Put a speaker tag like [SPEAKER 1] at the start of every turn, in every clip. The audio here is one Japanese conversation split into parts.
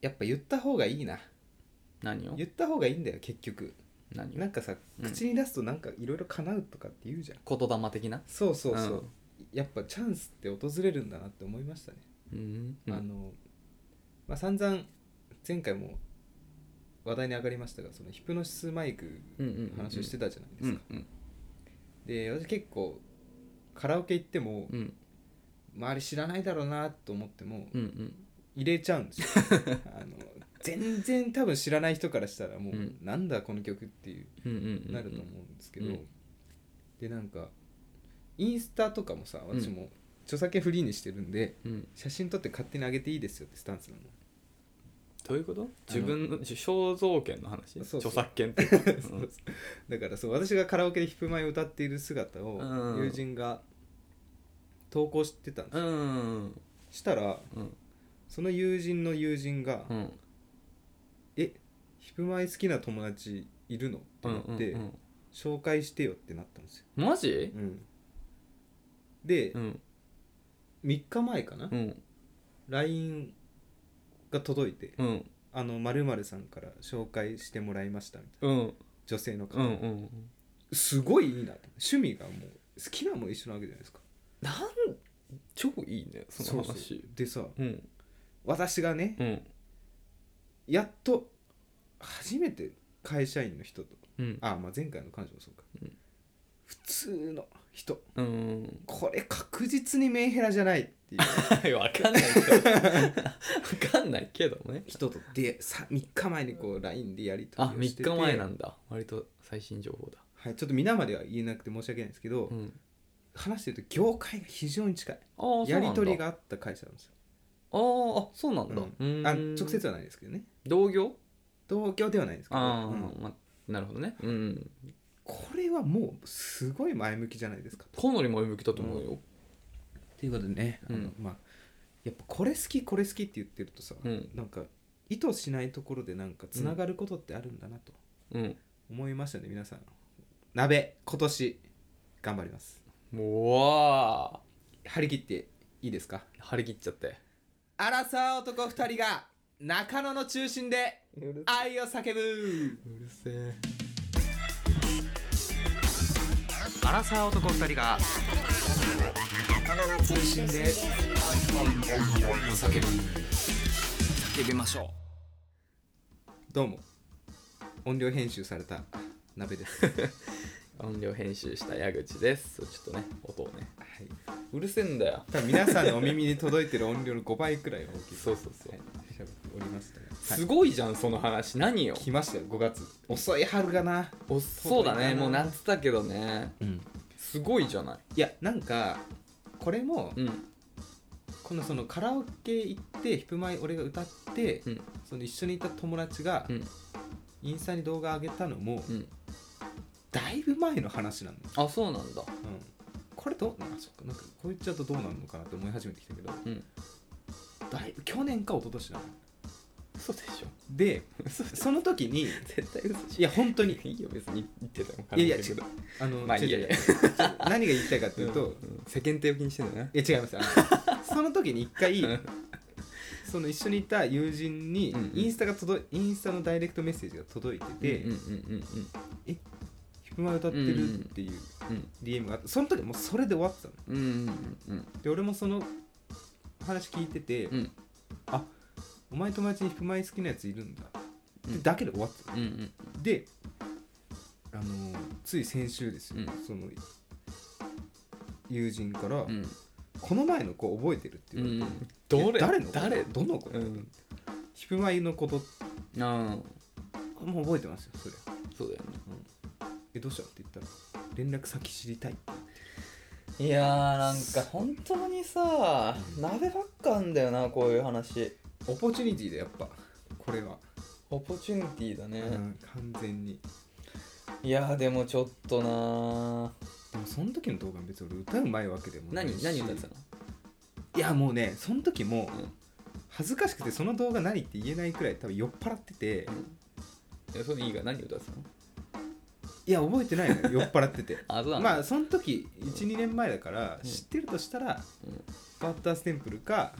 [SPEAKER 1] やっぱ言った方がいいな
[SPEAKER 2] 何を
[SPEAKER 1] 言った方がいいんだよ結局
[SPEAKER 2] 何
[SPEAKER 1] な
[SPEAKER 2] を
[SPEAKER 1] んかさ
[SPEAKER 2] うん
[SPEAKER 1] 口に出すとなんかいろいろ叶うとかって言うじゃん、
[SPEAKER 2] 言霊的な
[SPEAKER 1] そうそうそう、やっぱチャンスって訪れるんだなって思いましたね、
[SPEAKER 2] うん、うん
[SPEAKER 1] あの、まあ、散々前回も話題に上がりましたがそのヒプノシスマイク
[SPEAKER 2] うんうんうん
[SPEAKER 1] の話をしてたじゃないですか、
[SPEAKER 2] うんうん
[SPEAKER 1] で私結構カラオケ行っても
[SPEAKER 2] うん
[SPEAKER 1] 周り知らないだろうなと思っても
[SPEAKER 2] うんうん
[SPEAKER 1] 入れちゃうん ですよあの全然多分知らない人からしたらもう、
[SPEAKER 2] うん
[SPEAKER 1] なんだこの曲っていう
[SPEAKER 2] うんうん
[SPEAKER 1] なると思うんですけど、
[SPEAKER 2] うん
[SPEAKER 1] でなんかインスタとかもさ私も著作権フリーにしてるんで、
[SPEAKER 2] うん
[SPEAKER 1] 写真撮って勝手に上げていいですよってスタンスなの
[SPEAKER 2] どういうこと自分の肖像権の話
[SPEAKER 1] そうそう
[SPEAKER 2] 著作権っていうか
[SPEAKER 1] そうだからそう私がカラオケでヒップマイを歌っている姿を
[SPEAKER 2] うん
[SPEAKER 1] 友人が投稿してたんです
[SPEAKER 2] う
[SPEAKER 1] よ、
[SPEAKER 2] んうん
[SPEAKER 1] したら
[SPEAKER 2] うん
[SPEAKER 1] その友人の友人が「
[SPEAKER 2] うん
[SPEAKER 1] えヒップマイ好きな友達いるの?」って
[SPEAKER 2] う
[SPEAKER 1] なんっ
[SPEAKER 2] うん
[SPEAKER 1] て、
[SPEAKER 2] うん
[SPEAKER 1] 紹介してよってなったんですよ、
[SPEAKER 2] マジ
[SPEAKER 1] うんで、
[SPEAKER 2] うん
[SPEAKER 1] 3日前かな、
[SPEAKER 2] うん
[SPEAKER 1] LINE が届いて
[SPEAKER 2] うん
[SPEAKER 1] 「あの〇〇さんから紹介してもらいました」みたいな
[SPEAKER 2] うん
[SPEAKER 1] 女性の方、
[SPEAKER 2] うんうん
[SPEAKER 1] すごいいいなと趣味がもう好きなもん一緒なわけじゃないですか
[SPEAKER 2] なん超いいねその
[SPEAKER 1] う
[SPEAKER 2] 話
[SPEAKER 1] うでさ
[SPEAKER 2] うん
[SPEAKER 1] 私がね、
[SPEAKER 2] うん
[SPEAKER 1] やっと初めて会社員の人と
[SPEAKER 2] うん
[SPEAKER 1] あまあ前回の彼女もそうか、
[SPEAKER 2] うん
[SPEAKER 1] 普通の人
[SPEAKER 2] うん
[SPEAKER 1] これ確実にメンヘラじゃないっていう
[SPEAKER 2] わかんないけど わかんないけどね
[SPEAKER 1] 人とで さ3日前にこう LINE でやり取
[SPEAKER 2] あ
[SPEAKER 1] りをして
[SPEAKER 2] 3
[SPEAKER 1] て
[SPEAKER 2] 日前なんだ割と最新情報だ
[SPEAKER 1] はい、ちょっと皆までは言えなくて申し訳ないんですけど、
[SPEAKER 2] うん
[SPEAKER 1] 話してると業界が非常に近い
[SPEAKER 2] あーそうなんだ
[SPEAKER 1] やり取りがあった会社なんですよ、
[SPEAKER 2] あーあそうなんだ
[SPEAKER 1] うんあ
[SPEAKER 2] うん
[SPEAKER 1] 直接はないですけどね
[SPEAKER 2] 同業
[SPEAKER 1] 同居ではないですけど、
[SPEAKER 2] ああ、
[SPEAKER 1] うん
[SPEAKER 2] まあなるほどねうん
[SPEAKER 1] これはもうすごい前向きじゃないですか
[SPEAKER 2] かなり前向きだと思うよ
[SPEAKER 1] ということでね、あの
[SPEAKER 2] うん
[SPEAKER 1] まあやっぱこれ好きこれ好きって言ってるとさ、
[SPEAKER 2] うん
[SPEAKER 1] なんか意図しないところでなんかつながることってあるんだなと
[SPEAKER 2] うん
[SPEAKER 1] 思いましたね、皆さん鍋今年頑張ります
[SPEAKER 2] うわ
[SPEAKER 1] 張り切っていいですか
[SPEAKER 2] ー張り切っちゃって
[SPEAKER 1] 荒沢男2人が中野の中心で
[SPEAKER 2] うる
[SPEAKER 1] 愛を叫ぶ
[SPEAKER 2] せえ
[SPEAKER 1] 荒沢男2人が中心で愛を叫ぶ叫びましょうどうも音量編集された鍋です、は
[SPEAKER 2] 音量編集した矢口ですちょっとね音をね
[SPEAKER 1] いう
[SPEAKER 2] るせえんだよ
[SPEAKER 1] 多分皆さんのお耳に届いてる音量の5倍くらいは大きい
[SPEAKER 2] そうそうそう、
[SPEAKER 1] しゃべっておりましたね、はい
[SPEAKER 2] すごいじゃんその話何よ
[SPEAKER 1] 来ましたよ5月遅い春かな、
[SPEAKER 2] おそうだねもう夏だけどね
[SPEAKER 1] うん、
[SPEAKER 2] すごいじゃない
[SPEAKER 1] いやなんかこれも、
[SPEAKER 2] うん
[SPEAKER 1] このそのカラオケ行ってヒップマイ俺が歌って、
[SPEAKER 2] うん
[SPEAKER 1] その一緒にいた友達が
[SPEAKER 2] うん
[SPEAKER 1] インスタに動画上げたのも、
[SPEAKER 2] うん
[SPEAKER 1] だいぶ前の話なのよ、
[SPEAKER 2] あそうなん
[SPEAKER 1] う
[SPEAKER 2] だ
[SPEAKER 1] ん、これどうあそっかなんかこう言っちゃうとどうなるのかなって思い始めてきたけど
[SPEAKER 2] うん
[SPEAKER 1] だいぶ去年か一昨年なの
[SPEAKER 2] 嘘でしょ
[SPEAKER 1] で
[SPEAKER 2] 嘘でしょ
[SPEAKER 1] その時に
[SPEAKER 2] 絶対嘘でしょ
[SPEAKER 1] いや本当に
[SPEAKER 2] いいよ別に言ってたよ
[SPEAKER 1] いやいや違うあの、
[SPEAKER 2] まあ
[SPEAKER 1] 違う
[SPEAKER 2] いいや
[SPEAKER 1] 違う何が言いたいかっていうと、
[SPEAKER 2] 世間体を気にしてんだよね
[SPEAKER 1] いや違いますあ のその時に一回
[SPEAKER 2] うん
[SPEAKER 1] その一緒にいた友人に
[SPEAKER 2] うんうん
[SPEAKER 1] インスタが届いインスタのダイレクトメッセージが届いてて、
[SPEAKER 2] うんうんうんうん
[SPEAKER 1] ヒップマイ歌ってるっていう
[SPEAKER 2] うん
[SPEAKER 1] DM があってその時もうそれで終わってたの
[SPEAKER 2] うんうんうん
[SPEAKER 1] で俺もその話聞いてて、
[SPEAKER 2] うん
[SPEAKER 1] あお前友達にヒップマイ好きなやついるんだ、
[SPEAKER 2] うん
[SPEAKER 1] だけで終わってた
[SPEAKER 2] うんうん
[SPEAKER 1] のであのーつい先週ですよ、
[SPEAKER 2] うん
[SPEAKER 1] その友人から、
[SPEAKER 2] うんうん
[SPEAKER 1] この前の子覚えてるって
[SPEAKER 2] う
[SPEAKER 1] 言われて、
[SPEAKER 2] ん
[SPEAKER 1] え
[SPEAKER 2] どれ
[SPEAKER 1] 誰の子
[SPEAKER 2] 誰
[SPEAKER 1] どの子、
[SPEAKER 2] うん
[SPEAKER 1] ヒップマイのこと
[SPEAKER 2] ああ
[SPEAKER 1] もう覚えてますよそれ
[SPEAKER 2] そうだよ
[SPEAKER 1] えどうしたって言ったら連絡先知りたいって
[SPEAKER 2] ねいやーなんか本当にさ鍋ばっかあんだよなこういう話
[SPEAKER 1] オポチュニティでやっぱこれは、
[SPEAKER 2] オポチュニティだね、
[SPEAKER 1] うん完全に
[SPEAKER 2] いやーでもちょっとなー
[SPEAKER 1] でもその時の動画は別に俺歌うまいわけでもない
[SPEAKER 2] 何
[SPEAKER 1] し
[SPEAKER 2] 何歌ってたの
[SPEAKER 1] いやもうねその時も
[SPEAKER 2] うん
[SPEAKER 1] 恥ずかしくてその動画何って言えないくらい多分酔っ払ってて
[SPEAKER 2] いやそれいいが何歌ってたの
[SPEAKER 1] いや覚えてないのよ酔っ払ってて
[SPEAKER 2] あそうなんだ
[SPEAKER 1] まあその時12年前だから
[SPEAKER 2] うん
[SPEAKER 1] 知ってるとしたら
[SPEAKER 2] うん
[SPEAKER 1] バッターステンプルか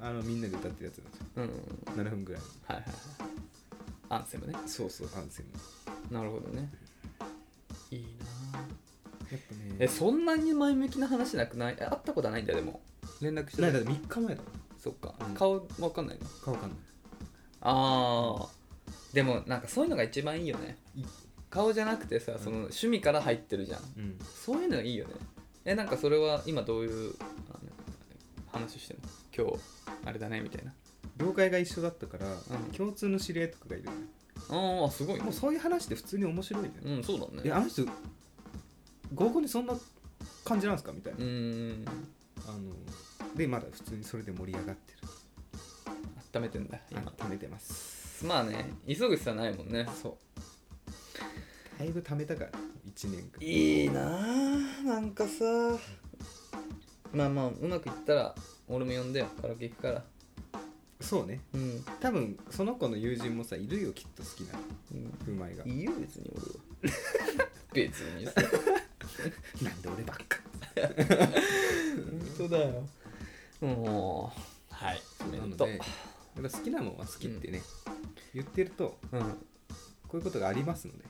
[SPEAKER 2] あ
[SPEAKER 1] あのみんなで歌ってるやつなんですよ
[SPEAKER 2] うんはい
[SPEAKER 1] 7分ぐらい
[SPEAKER 2] はいはいアンセムね
[SPEAKER 1] そうそうアンセム
[SPEAKER 2] なるほどねいいな
[SPEAKER 1] やっぱね
[SPEAKER 2] えそんなに前向きな話なくないえ会ったことはないんだよでも連絡して
[SPEAKER 1] な
[SPEAKER 2] なんい
[SPEAKER 1] だって3日前だ
[SPEAKER 2] そっか、
[SPEAKER 1] うん
[SPEAKER 2] 顔わかんないの
[SPEAKER 1] 顔わかんない
[SPEAKER 2] あーでもなんかそういうのが一番いいよね
[SPEAKER 1] いい
[SPEAKER 2] 顔じゃなくてさその趣味から入ってるじゃん
[SPEAKER 1] うん
[SPEAKER 2] そういうのいいよねえなんかそれは今どういうあの話してんの今日あれだねみたいな
[SPEAKER 1] 業界が一緒だったから、
[SPEAKER 2] ん
[SPEAKER 1] 共通の知り合いとかがいる
[SPEAKER 2] ああすごい
[SPEAKER 1] もうそういう話って普通に面白いね、
[SPEAKER 2] うんそうだ
[SPEAKER 1] え
[SPEAKER 2] ね
[SPEAKER 1] あの人合コンにそんな感じなんですかみたいな、
[SPEAKER 2] うーん
[SPEAKER 1] あのでまだ普通にそれで盛り上がってる
[SPEAKER 2] 温めてんだ今
[SPEAKER 1] 貯めてます
[SPEAKER 2] まあね急ぐ必要はないもんね
[SPEAKER 1] そうだいぶ貯めたから1年間
[SPEAKER 2] いいなあなんかさまあまあうまくいったら俺も呼んでよカラオケ行くから
[SPEAKER 1] そうね
[SPEAKER 2] うん、
[SPEAKER 1] 多分その子の友人もさいるよきっと好きなうまいが
[SPEAKER 2] いいよ別に 俺は別にさ
[SPEAKER 1] なんで俺ばっか
[SPEAKER 2] 本当だよもうはいおめ
[SPEAKER 1] な
[SPEAKER 2] で
[SPEAKER 1] の
[SPEAKER 2] とう
[SPEAKER 1] でやっぱ好きなもんは好きってね、言ってると
[SPEAKER 2] う
[SPEAKER 1] こういうことがありますので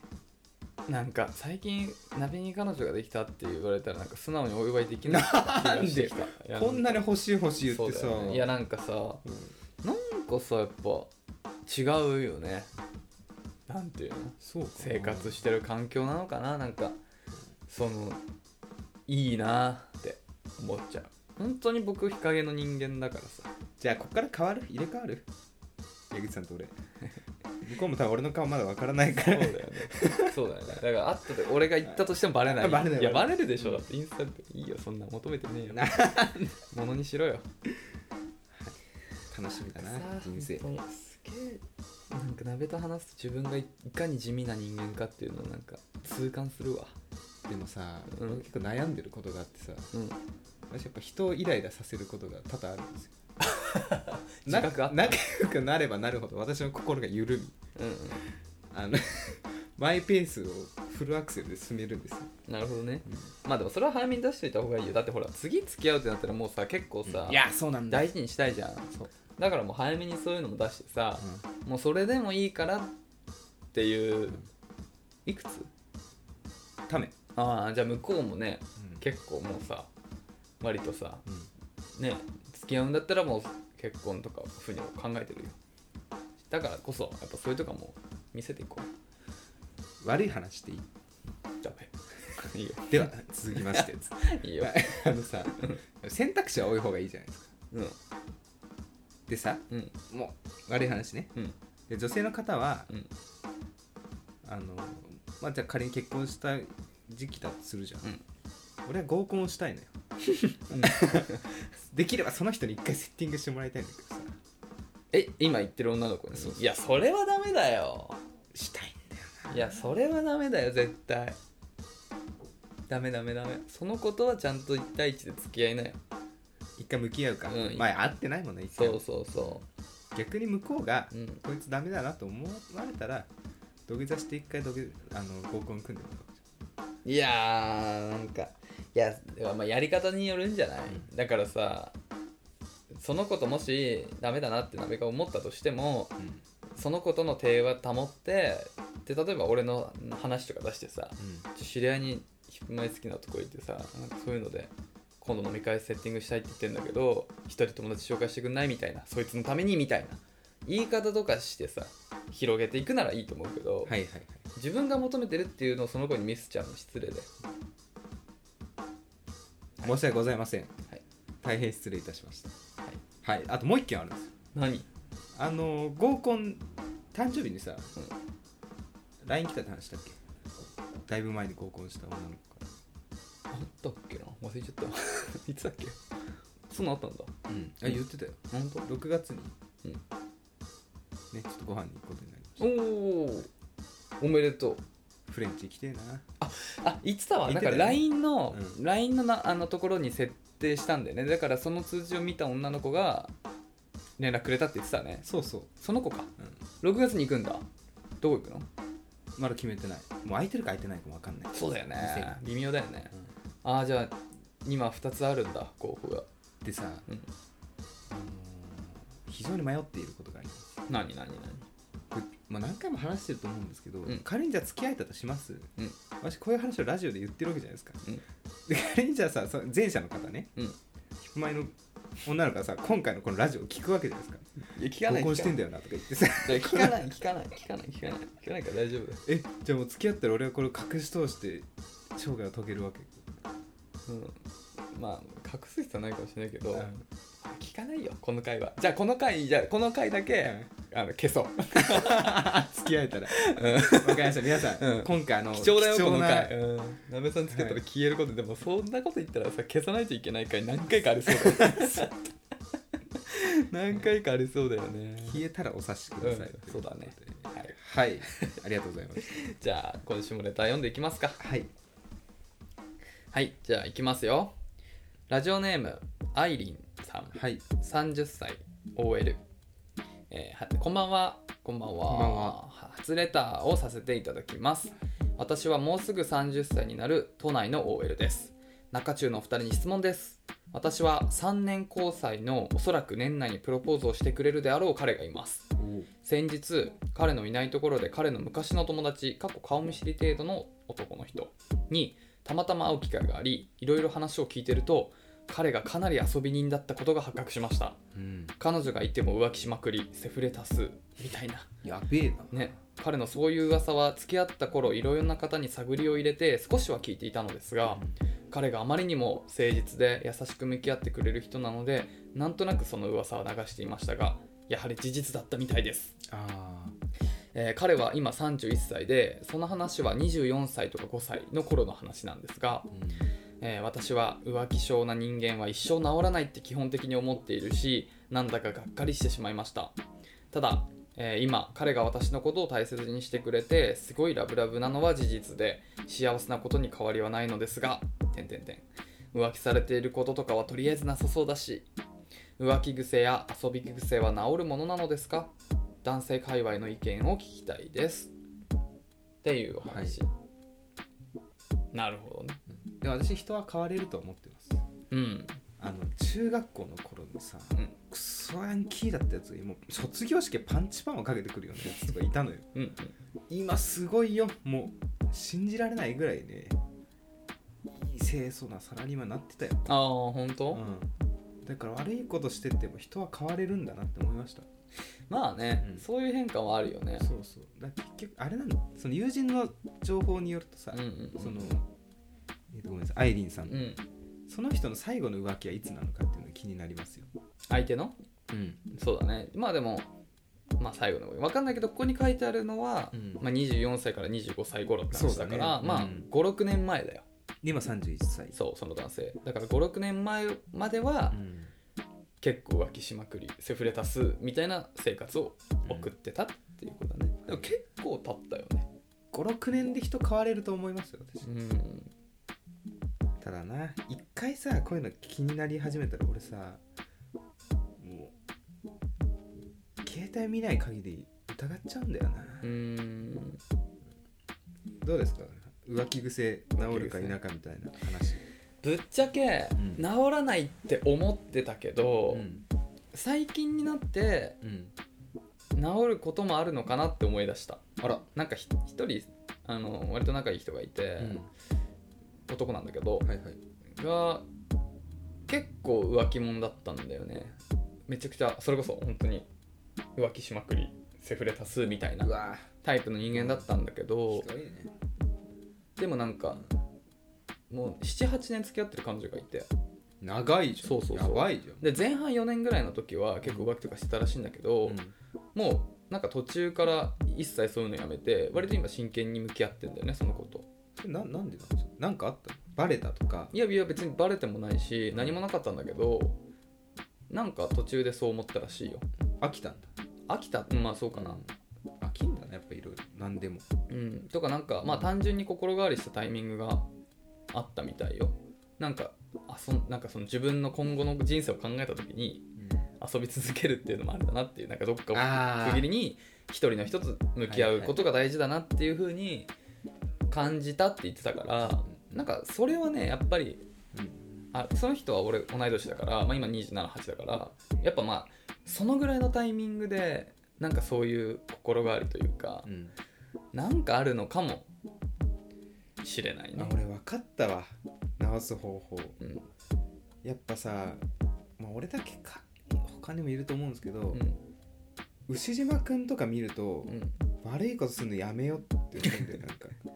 [SPEAKER 2] ん、なんか最近鍋に彼女ができたって言われたらなんか素直にお祝いできない気がしてきたいや
[SPEAKER 1] こんなに欲しい欲しい言ってさ、
[SPEAKER 2] そうだよねいやなんかさ
[SPEAKER 1] うん
[SPEAKER 2] なんかさやっぱ違うよねなんていうの
[SPEAKER 1] そうかな
[SPEAKER 2] 生活してる環境なのかななんかそのいいなって思っちゃう本当に僕日陰の人間だからさ
[SPEAKER 1] じゃあこっから変わる入れ替わ る矢口さんと俺向こうも多分俺の顔まだわからない
[SPEAKER 2] そ
[SPEAKER 1] か
[SPEAKER 2] う
[SPEAKER 1] ら
[SPEAKER 2] だよねそうだよねだからあったで俺が行ったとしてもバレない
[SPEAKER 1] バレない
[SPEAKER 2] いや
[SPEAKER 1] バ
[SPEAKER 2] バ
[SPEAKER 1] レ
[SPEAKER 2] レるでし
[SPEAKER 1] う
[SPEAKER 2] ょ
[SPEAKER 1] ん
[SPEAKER 2] だってインスタっていいよそんな求めてねえよ
[SPEAKER 1] な
[SPEAKER 2] ものにしろよ
[SPEAKER 1] 楽しみだな
[SPEAKER 2] さあ
[SPEAKER 1] 人生
[SPEAKER 2] 本当にすげえなんか鍋と話すと自分がいかに地味な人間かっていうのをなんか痛感するわ
[SPEAKER 1] でもさ、
[SPEAKER 2] うん
[SPEAKER 1] 俺結構悩んでることがあってさ
[SPEAKER 2] うん
[SPEAKER 1] 私やっぱ人をイライラさせることが多々あるんですよ な
[SPEAKER 2] 自覚あった
[SPEAKER 1] 仲良くなればなるほど私の心が緩み
[SPEAKER 2] うん
[SPEAKER 1] あの マイペースをフルアクセルで進めるんですよ、
[SPEAKER 2] うんなるほどねまあでもそれは早めに出しておいた方がいいよだってほら次付き合うってなったらもうさ結構さ、
[SPEAKER 1] いやそうなんだ
[SPEAKER 2] 大事にしたいじゃん
[SPEAKER 1] そう、
[SPEAKER 2] だからもう早めにそういうのも出してさ、もうそれでもいいからっていう、いくつ
[SPEAKER 1] うん、ため、
[SPEAKER 2] ああじゃあ向こうもね
[SPEAKER 1] 結
[SPEAKER 2] 結構もうさ割とさ
[SPEAKER 1] 構、
[SPEAKER 2] ね付き合うんだったらもう結婚とかふうに考えてるよだからこそやっぱそういうとかも見せていこう
[SPEAKER 1] 悪い話していい
[SPEAKER 2] ダメ いいよ
[SPEAKER 1] では続きまして
[SPEAKER 2] い いよ、
[SPEAKER 1] あのさ 選択肢は多い方がいいじゃないですか
[SPEAKER 2] うん
[SPEAKER 1] でさ
[SPEAKER 2] うん
[SPEAKER 1] もう悪い話ね
[SPEAKER 2] うん
[SPEAKER 1] で女性の方は、
[SPEAKER 2] うん
[SPEAKER 1] あのまあじゃあ仮に結婚した時期だとするじゃん、
[SPEAKER 2] うん
[SPEAKER 1] 俺は合コンをしたいのよ できればその人に一回セッティングしてもらいたいんだけどさ
[SPEAKER 2] え今言ってる女の子に
[SPEAKER 1] そうそう
[SPEAKER 2] いやそれはダメだよ
[SPEAKER 1] したいんだよ
[SPEAKER 2] いやそれはダメだよ絶対ダメダメダメそのことはちゃんと一対一で付き合いなよ
[SPEAKER 1] 一回向き合うか、
[SPEAKER 2] うん
[SPEAKER 1] 前会ってないもんね一
[SPEAKER 2] そ
[SPEAKER 1] 回
[SPEAKER 2] うそうそ
[SPEAKER 1] 逆に向こうが、
[SPEAKER 2] ううん
[SPEAKER 1] こいつダメだなと思われたら土下座して一回土下あの合コン組んでもらおう
[SPEAKER 2] いやーなんかいやでもまあやり方によるんじゃない、
[SPEAKER 1] う
[SPEAKER 2] だからさそのこともしダメだなって鍋が思ったとしても
[SPEAKER 1] うん
[SPEAKER 2] そのことの手は保ってで例えば俺の話とか出してさちょ知り合いに前好きなとこ行ってさなんかそういうので今度飲み会セッティングしたいって言ってんだけど一人友達紹介してくんないみたいなそいつのためにみたいな言い方とかしてさ広げていくならいいと思うけど、
[SPEAKER 1] はいはいはい
[SPEAKER 2] 自分が求めてるっていうのをその子にミスちゃうの失礼で
[SPEAKER 1] 申し訳ございません、
[SPEAKER 2] はい
[SPEAKER 1] 大変失礼いたしました
[SPEAKER 2] はい
[SPEAKER 1] はい、あともう一件あるんですよ
[SPEAKER 2] 何
[SPEAKER 1] あの合コン誕生日にさ、
[SPEAKER 2] う
[SPEAKER 1] LINE 来たって話したっけだいぶ前に合コンした女の子か
[SPEAKER 2] あったっけな忘れちゃった いつだっけそんなのあったんだ
[SPEAKER 1] ら、うん、あ言ってたよ
[SPEAKER 2] 本当
[SPEAKER 1] 6月に、
[SPEAKER 2] うん
[SPEAKER 1] ねちょっとご飯に行くことになりまし
[SPEAKER 2] おおおめでとう
[SPEAKER 1] たフレンチ行きてえな
[SPEAKER 2] あ言ってたわ
[SPEAKER 1] 言
[SPEAKER 2] な
[SPEAKER 1] っ
[SPEAKER 2] ん
[SPEAKER 1] てたよ
[SPEAKER 2] か
[SPEAKER 1] ね
[SPEAKER 2] LINE の、
[SPEAKER 1] う
[SPEAKER 2] LINE のなあのところに設定したんだよねだからその通知を見た女の子が連絡くれたって言ってたね
[SPEAKER 1] そうそう、
[SPEAKER 2] その子か
[SPEAKER 1] うん、
[SPEAKER 2] 6月に行くんだどこ行くの
[SPEAKER 1] まだ決めてないもう空いてるか空いてないかも分かんない
[SPEAKER 2] そうだよね微妙だよね
[SPEAKER 1] 店、うん
[SPEAKER 2] ああじゃあ今2つあるんだ候補が
[SPEAKER 1] でさ、
[SPEAKER 2] うん
[SPEAKER 1] あのー非常に迷っていることがあります
[SPEAKER 2] 何何何
[SPEAKER 1] これまあ、何回も話してると思うんですけど、
[SPEAKER 2] うん
[SPEAKER 1] 仮にじゃあ付き合えたとします、
[SPEAKER 2] うん
[SPEAKER 1] 私こういう話をラジオで言ってるわけじゃないですか、
[SPEAKER 2] うん
[SPEAKER 1] で仮にじゃあさその前者の方ね
[SPEAKER 2] うん
[SPEAKER 1] ヒプマイの女の子がさ今回のこのラジオを聞くわけじゃないですか
[SPEAKER 2] いや聞かな
[SPEAKER 1] 結
[SPEAKER 2] い
[SPEAKER 1] 婚してん
[SPEAKER 2] だ
[SPEAKER 1] だよなとか言ってさ
[SPEAKER 2] 聞かない聞かない聞かない聞かない聞かないから大丈夫だよ
[SPEAKER 1] えじゃあもう付き合ったら俺はこれを隠し通して生涯を遂げ るわけ
[SPEAKER 2] うんまあ隠す必要はないかもしれないけど、
[SPEAKER 1] うん
[SPEAKER 2] 聞かないよこの回はじゃあこの回じゃあこの回だけ、あの消そう
[SPEAKER 1] 付き合えたらわかりました皆さん、
[SPEAKER 2] うん
[SPEAKER 1] 今回あの
[SPEAKER 2] 貴重だよ
[SPEAKER 1] 貴
[SPEAKER 2] こ
[SPEAKER 1] 重
[SPEAKER 2] の
[SPEAKER 1] な
[SPEAKER 2] 回うんなべさんつけたら消えること、でもそんなこと言ったらさ消さないといけない回何回かありそうだよね 何回かありそうだよね
[SPEAKER 1] 消えたらお察しください、
[SPEAKER 2] うんそうだねはい
[SPEAKER 1] はいありがとうございます
[SPEAKER 2] じゃあ今週もレター読んでいきますか
[SPEAKER 1] はい
[SPEAKER 2] はいじゃあいきますよラジオネームアイリンさん
[SPEAKER 1] はい
[SPEAKER 2] 30歳 OL、えーはこんばんはこんばんは
[SPEAKER 1] こんばんは
[SPEAKER 2] 初レターをさせていただきます私はもうすぐ30歳になる都内の OL です中中のお二人に質問です私は3年交際のおそらく年内にプロポーズをしてくれるであろう彼がいます先日彼のいないところで彼の昔の友達過去顔見知り程度の男の人にたまたま会う機会がありいろいろ話を聞いてると彼がかなり遊び人だったことが発覚しました
[SPEAKER 1] うん
[SPEAKER 2] 彼女がいても浮気しまくりセフレ多数みたいな
[SPEAKER 1] やべえな
[SPEAKER 2] ね彼のそういう噂は付き合った頃いろいろな方に探りを入れて少しは聞いていたのですが彼があまりにも誠実で優しく向き合ってくれる人なのでなんとなくその噂は流していましたがやはり事実だったみたいです
[SPEAKER 1] あ
[SPEAKER 2] えー彼は今31歳でその話は24歳とか5歳の頃の話なんですが
[SPEAKER 1] ー、
[SPEAKER 2] えー私は浮気症な人間は一生治らないって基本的に思っているしなんだかがっかりしてしまいましたただ、えー今彼が私のことを大切にしてくれてすごいラブラブなのは事実で幸せなことに変わりはないのですが点々点浮気されていることとかはとりあえずなさそうだし浮気癖や遊び癖は治るものなのですか男性界隈の意見を聞きたいですっていうお話、なるほどね
[SPEAKER 1] でも私人は変われると思ってます
[SPEAKER 2] うん
[SPEAKER 1] あの中学校の頃にさ、
[SPEAKER 2] うん
[SPEAKER 1] クソヤンキーだったやつがもう卒業式でパンチパンをかけてくるようなやつとかいたのよ
[SPEAKER 2] うんうん
[SPEAKER 1] 今すごいよもう信じられないぐらいねいい清楚なサラリーマンになってたよ、
[SPEAKER 2] ああ本当、
[SPEAKER 1] うん、だから悪いことしてても人は変われるんだなって思いました
[SPEAKER 2] まあね、
[SPEAKER 1] うん
[SPEAKER 2] そういう変化はあるよね
[SPEAKER 1] そうそうだから結局あれなのその友人の情報によるとさ、
[SPEAKER 2] うんうんうん
[SPEAKER 1] その、えっとごめんなさいアイリンさん、
[SPEAKER 2] うん
[SPEAKER 1] その人の最後の浮気はいつなのかっていうのが気になりますよ、
[SPEAKER 2] 相手の
[SPEAKER 1] うん、
[SPEAKER 2] そうだねまあでもまあ最後の分かんないけどここに書いてあるのは、
[SPEAKER 1] うん
[SPEAKER 2] まあ、24歳から25歳頃って話だか
[SPEAKER 1] そうだ
[SPEAKER 2] ら
[SPEAKER 1] ねうん
[SPEAKER 2] まあ56年前だよ
[SPEAKER 1] で今31歳
[SPEAKER 2] そうその男性だから56年前までは
[SPEAKER 1] うん
[SPEAKER 2] 結構浮気しまくりセフレ多数みたいな生活を送ってたっていうことだね、でも結構経ったよね
[SPEAKER 1] 56年で人変われると思いますよ私
[SPEAKER 2] うん
[SPEAKER 1] ただな一回さこういうの気になり始めたら俺さもう携帯見ない限り疑っちゃうんだよな、
[SPEAKER 2] うん
[SPEAKER 1] どうですか浮気癖治るか否かみたいな話
[SPEAKER 2] ぶっちゃけ
[SPEAKER 1] うん
[SPEAKER 2] 治らないって思ってたけど、
[SPEAKER 1] うん
[SPEAKER 2] 最近になって
[SPEAKER 1] うん
[SPEAKER 2] 治ることもあるのかなって思い出した
[SPEAKER 1] あら
[SPEAKER 2] なんかひ一人あの割と仲いい人がいて、男なんだけど
[SPEAKER 1] はいはい
[SPEAKER 2] が結構浮気者だったんだよねめちゃくちゃそれこそ本当に浮気しまくりセフレ多数みたいうな
[SPEAKER 1] わ
[SPEAKER 2] タイプの人間だったんだけど
[SPEAKER 1] ひどいね
[SPEAKER 2] でもなんかもう78年付き合ってる彼女がいて
[SPEAKER 1] 長いじゃん
[SPEAKER 2] そうそうそう
[SPEAKER 1] やばいじゃん
[SPEAKER 2] で前半4年ぐらいの時は結構浮気とかしてたらしいんだけど、もうなんか途中から一切そういうのやめて割と今真剣に向き合ってんだよねそのこと
[SPEAKER 1] うん、ななんでなんですかなんかあったのバレたとか
[SPEAKER 2] いやいや別にバレてもないし何もなかったんだけどなんか途中でそう思ったらしいよ
[SPEAKER 1] 飽きたんだ
[SPEAKER 2] 飽きたうんまあそうかな
[SPEAKER 1] 飽きんだねやっぱいろいろ何でも
[SPEAKER 2] うんとかなんかまあ単純に心変わりしたタイミングがあったみたいよなんかあそんなんかその自分の今後の人生を考えた時に遊び続けるっていうのもあれだなっていうなんかどっかを
[SPEAKER 1] あー
[SPEAKER 2] 区切りに一人の一つ向き合うことが大事だなっていうふうに感じたって言ってたから
[SPEAKER 1] うん
[SPEAKER 2] なんかそれはねやっぱりあその人は俺同い年だから、まあ、今278だからやっぱまあそのぐらいのタイミングでなんかそういう心変わりというか、
[SPEAKER 1] うん、
[SPEAKER 2] なんかあるのかもしれないね
[SPEAKER 1] あ、俺分かったわ直す方法
[SPEAKER 2] うん
[SPEAKER 1] やっぱさ、まあ、俺だけか他にもいると思うんですけど、
[SPEAKER 2] うん
[SPEAKER 1] 牛島くんとか見ると、
[SPEAKER 2] うん、
[SPEAKER 1] 悪いことするのやめようって思うんだよなんか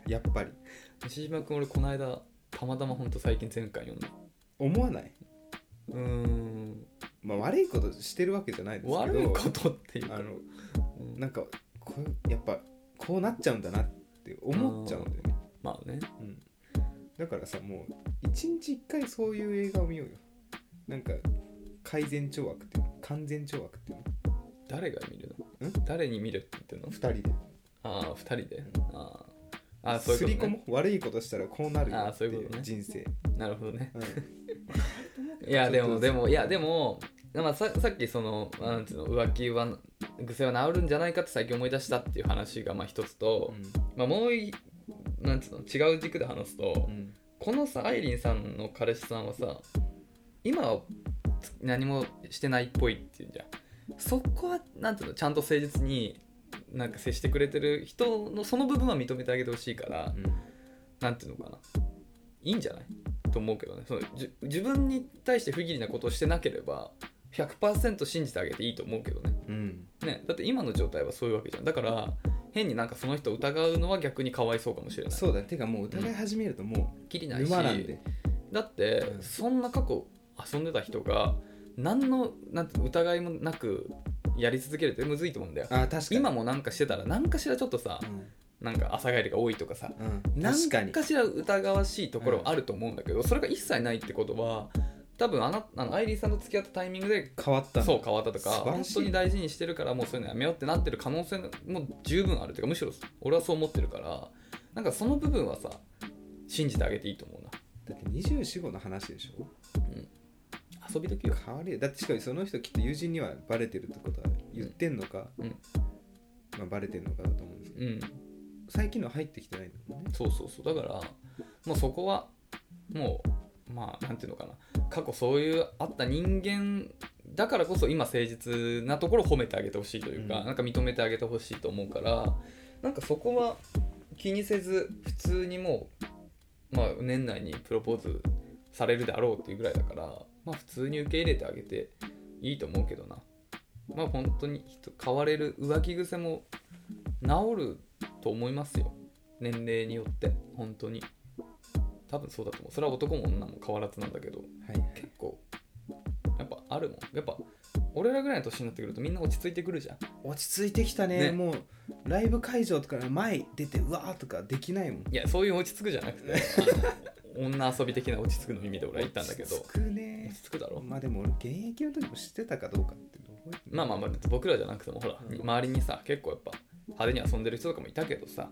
[SPEAKER 1] やっぱり
[SPEAKER 2] 西島君俺この間たまたまほんと最近前回読んだ
[SPEAKER 1] 思わない、
[SPEAKER 2] うーん
[SPEAKER 1] まあ、悪いことしてるわけじゃないですけど
[SPEAKER 2] 悪いことっていうか
[SPEAKER 1] あの
[SPEAKER 2] うん
[SPEAKER 1] なんかこうやっぱこうなっちゃうんだなって思っちゃうんだよね、
[SPEAKER 2] まあね
[SPEAKER 1] うん、だからさもう一日一回そういう映画を見ようよなんか改善懲悪っていうの完全懲悪っていうの
[SPEAKER 2] 誰が見るの
[SPEAKER 1] ん
[SPEAKER 2] 誰に見るって言ってんの
[SPEAKER 1] 二人で
[SPEAKER 2] ああ2人で、
[SPEAKER 1] ん
[SPEAKER 2] ああああそういうこと、
[SPEAKER 1] 刷り
[SPEAKER 2] ね、
[SPEAKER 1] 込も悪いことしたらこうなるよ
[SPEAKER 2] あー
[SPEAKER 1] って
[SPEAKER 2] そういう
[SPEAKER 1] い
[SPEAKER 2] こと
[SPEAKER 1] う
[SPEAKER 2] ね
[SPEAKER 1] 人生
[SPEAKER 2] なるほどね
[SPEAKER 1] うん
[SPEAKER 2] いやで
[SPEAKER 1] ちょっ
[SPEAKER 2] も
[SPEAKER 1] と
[SPEAKER 2] でもいやでも、まあ、ささっきそのなんつうの浮気は癖は治るんじゃないかって最近思い出したっていう話がまあ一つと、まあ、もういなんつうの違う軸で話すと、
[SPEAKER 1] うん
[SPEAKER 2] このさアイリンさんの彼氏さんはさ今はつ何もしてないっぽいっていうんじゃんそこはなんていうのちゃんと誠実になんか接してくれてる人のその部分は認めてあげてほしいから、
[SPEAKER 1] うん
[SPEAKER 2] なんていうのかないいんじゃないと思うけどねそのじ自分に対して不義理なことをしてなければ100%信じてあげていいと思うけどね
[SPEAKER 1] うん
[SPEAKER 2] ねだって今の状態はそういうわけじゃんだから変になんかその人を疑うのは逆にかわいそうかもしれない
[SPEAKER 1] そうだねてかもう疑い始めるとも
[SPEAKER 2] っきり
[SPEAKER 1] う
[SPEAKER 2] ないし
[SPEAKER 1] 沼なんで
[SPEAKER 2] だって、
[SPEAKER 1] うん
[SPEAKER 2] そんな過去遊んでた人が何のなんて疑いもなくやり続けるってむずいと思うんだよ
[SPEAKER 1] あー確かに
[SPEAKER 2] 今もなんかしてたら何かしらちょっとさ
[SPEAKER 1] うん
[SPEAKER 2] なんか朝帰りが多いとかさ
[SPEAKER 1] うん
[SPEAKER 2] 何
[SPEAKER 1] 確かに
[SPEAKER 2] かしら疑わしいところはあると思うんだけど、それが一切ないってことは多分あなあのアイリーさんと付き合ったタイミングで
[SPEAKER 1] 変わったんだ
[SPEAKER 2] そう変わったと
[SPEAKER 1] 素
[SPEAKER 2] か
[SPEAKER 1] 晴
[SPEAKER 2] 本
[SPEAKER 1] らしい
[SPEAKER 2] 当に大事にしてるからもうそういうのやめようってなってる可能性も十分あるというかむしろ俺はそう思ってるからなんかその部分はさ信じてあげていいと思うな
[SPEAKER 1] だって24号の話でしょ
[SPEAKER 2] 遊び時よ
[SPEAKER 1] 変わるよだってしかもその人きっと友人にはバレてるってことは言ってんのか、
[SPEAKER 2] うん
[SPEAKER 1] まあ、バレてんのかだと思うんですけど
[SPEAKER 2] うん
[SPEAKER 1] 最近のは入ってきてないんだもんね
[SPEAKER 2] そうそうそうだからもうそこはもうまあなんていうのかな過去そういうあった人間だからこそ今誠実なところを褒めてあげてほしいというか、
[SPEAKER 1] うん
[SPEAKER 2] なんか認めてあげてほしいと思うからなんかそこは気にせず普通にもう、まあ、年内にプロポーズされるであろうっていうぐらいだから、まあ、普通に受け入れてあげていいと思うけどなまあ本当に人変われる浮気癖も治ると思いますよ年齢によって本当に多分そうだと思うそれは男も女も変わらずなんだけど
[SPEAKER 1] はいはい
[SPEAKER 2] 結構やっぱあるもんやっぱ俺らぐらいの年になってくるとみんな落ち着いてくるじゃん
[SPEAKER 1] 落ち着いてきたね
[SPEAKER 2] ね
[SPEAKER 1] もうライブ会場とか前出てうわーとかできないもん
[SPEAKER 2] いやそういう落ち着くじゃなくてあの女遊び的な落ち着くの意味で俺は言ったんだけど
[SPEAKER 1] 落
[SPEAKER 2] 落
[SPEAKER 1] ち着くね
[SPEAKER 2] ち着くだろ
[SPEAKER 1] まあでも俺現役の時も知ってたかどうかっていうの覚えて
[SPEAKER 2] まあまあまあ僕らじゃなくてもほら
[SPEAKER 1] うん
[SPEAKER 2] 周りにさ結構やっぱ派手に遊んでる人とかもいたけどさ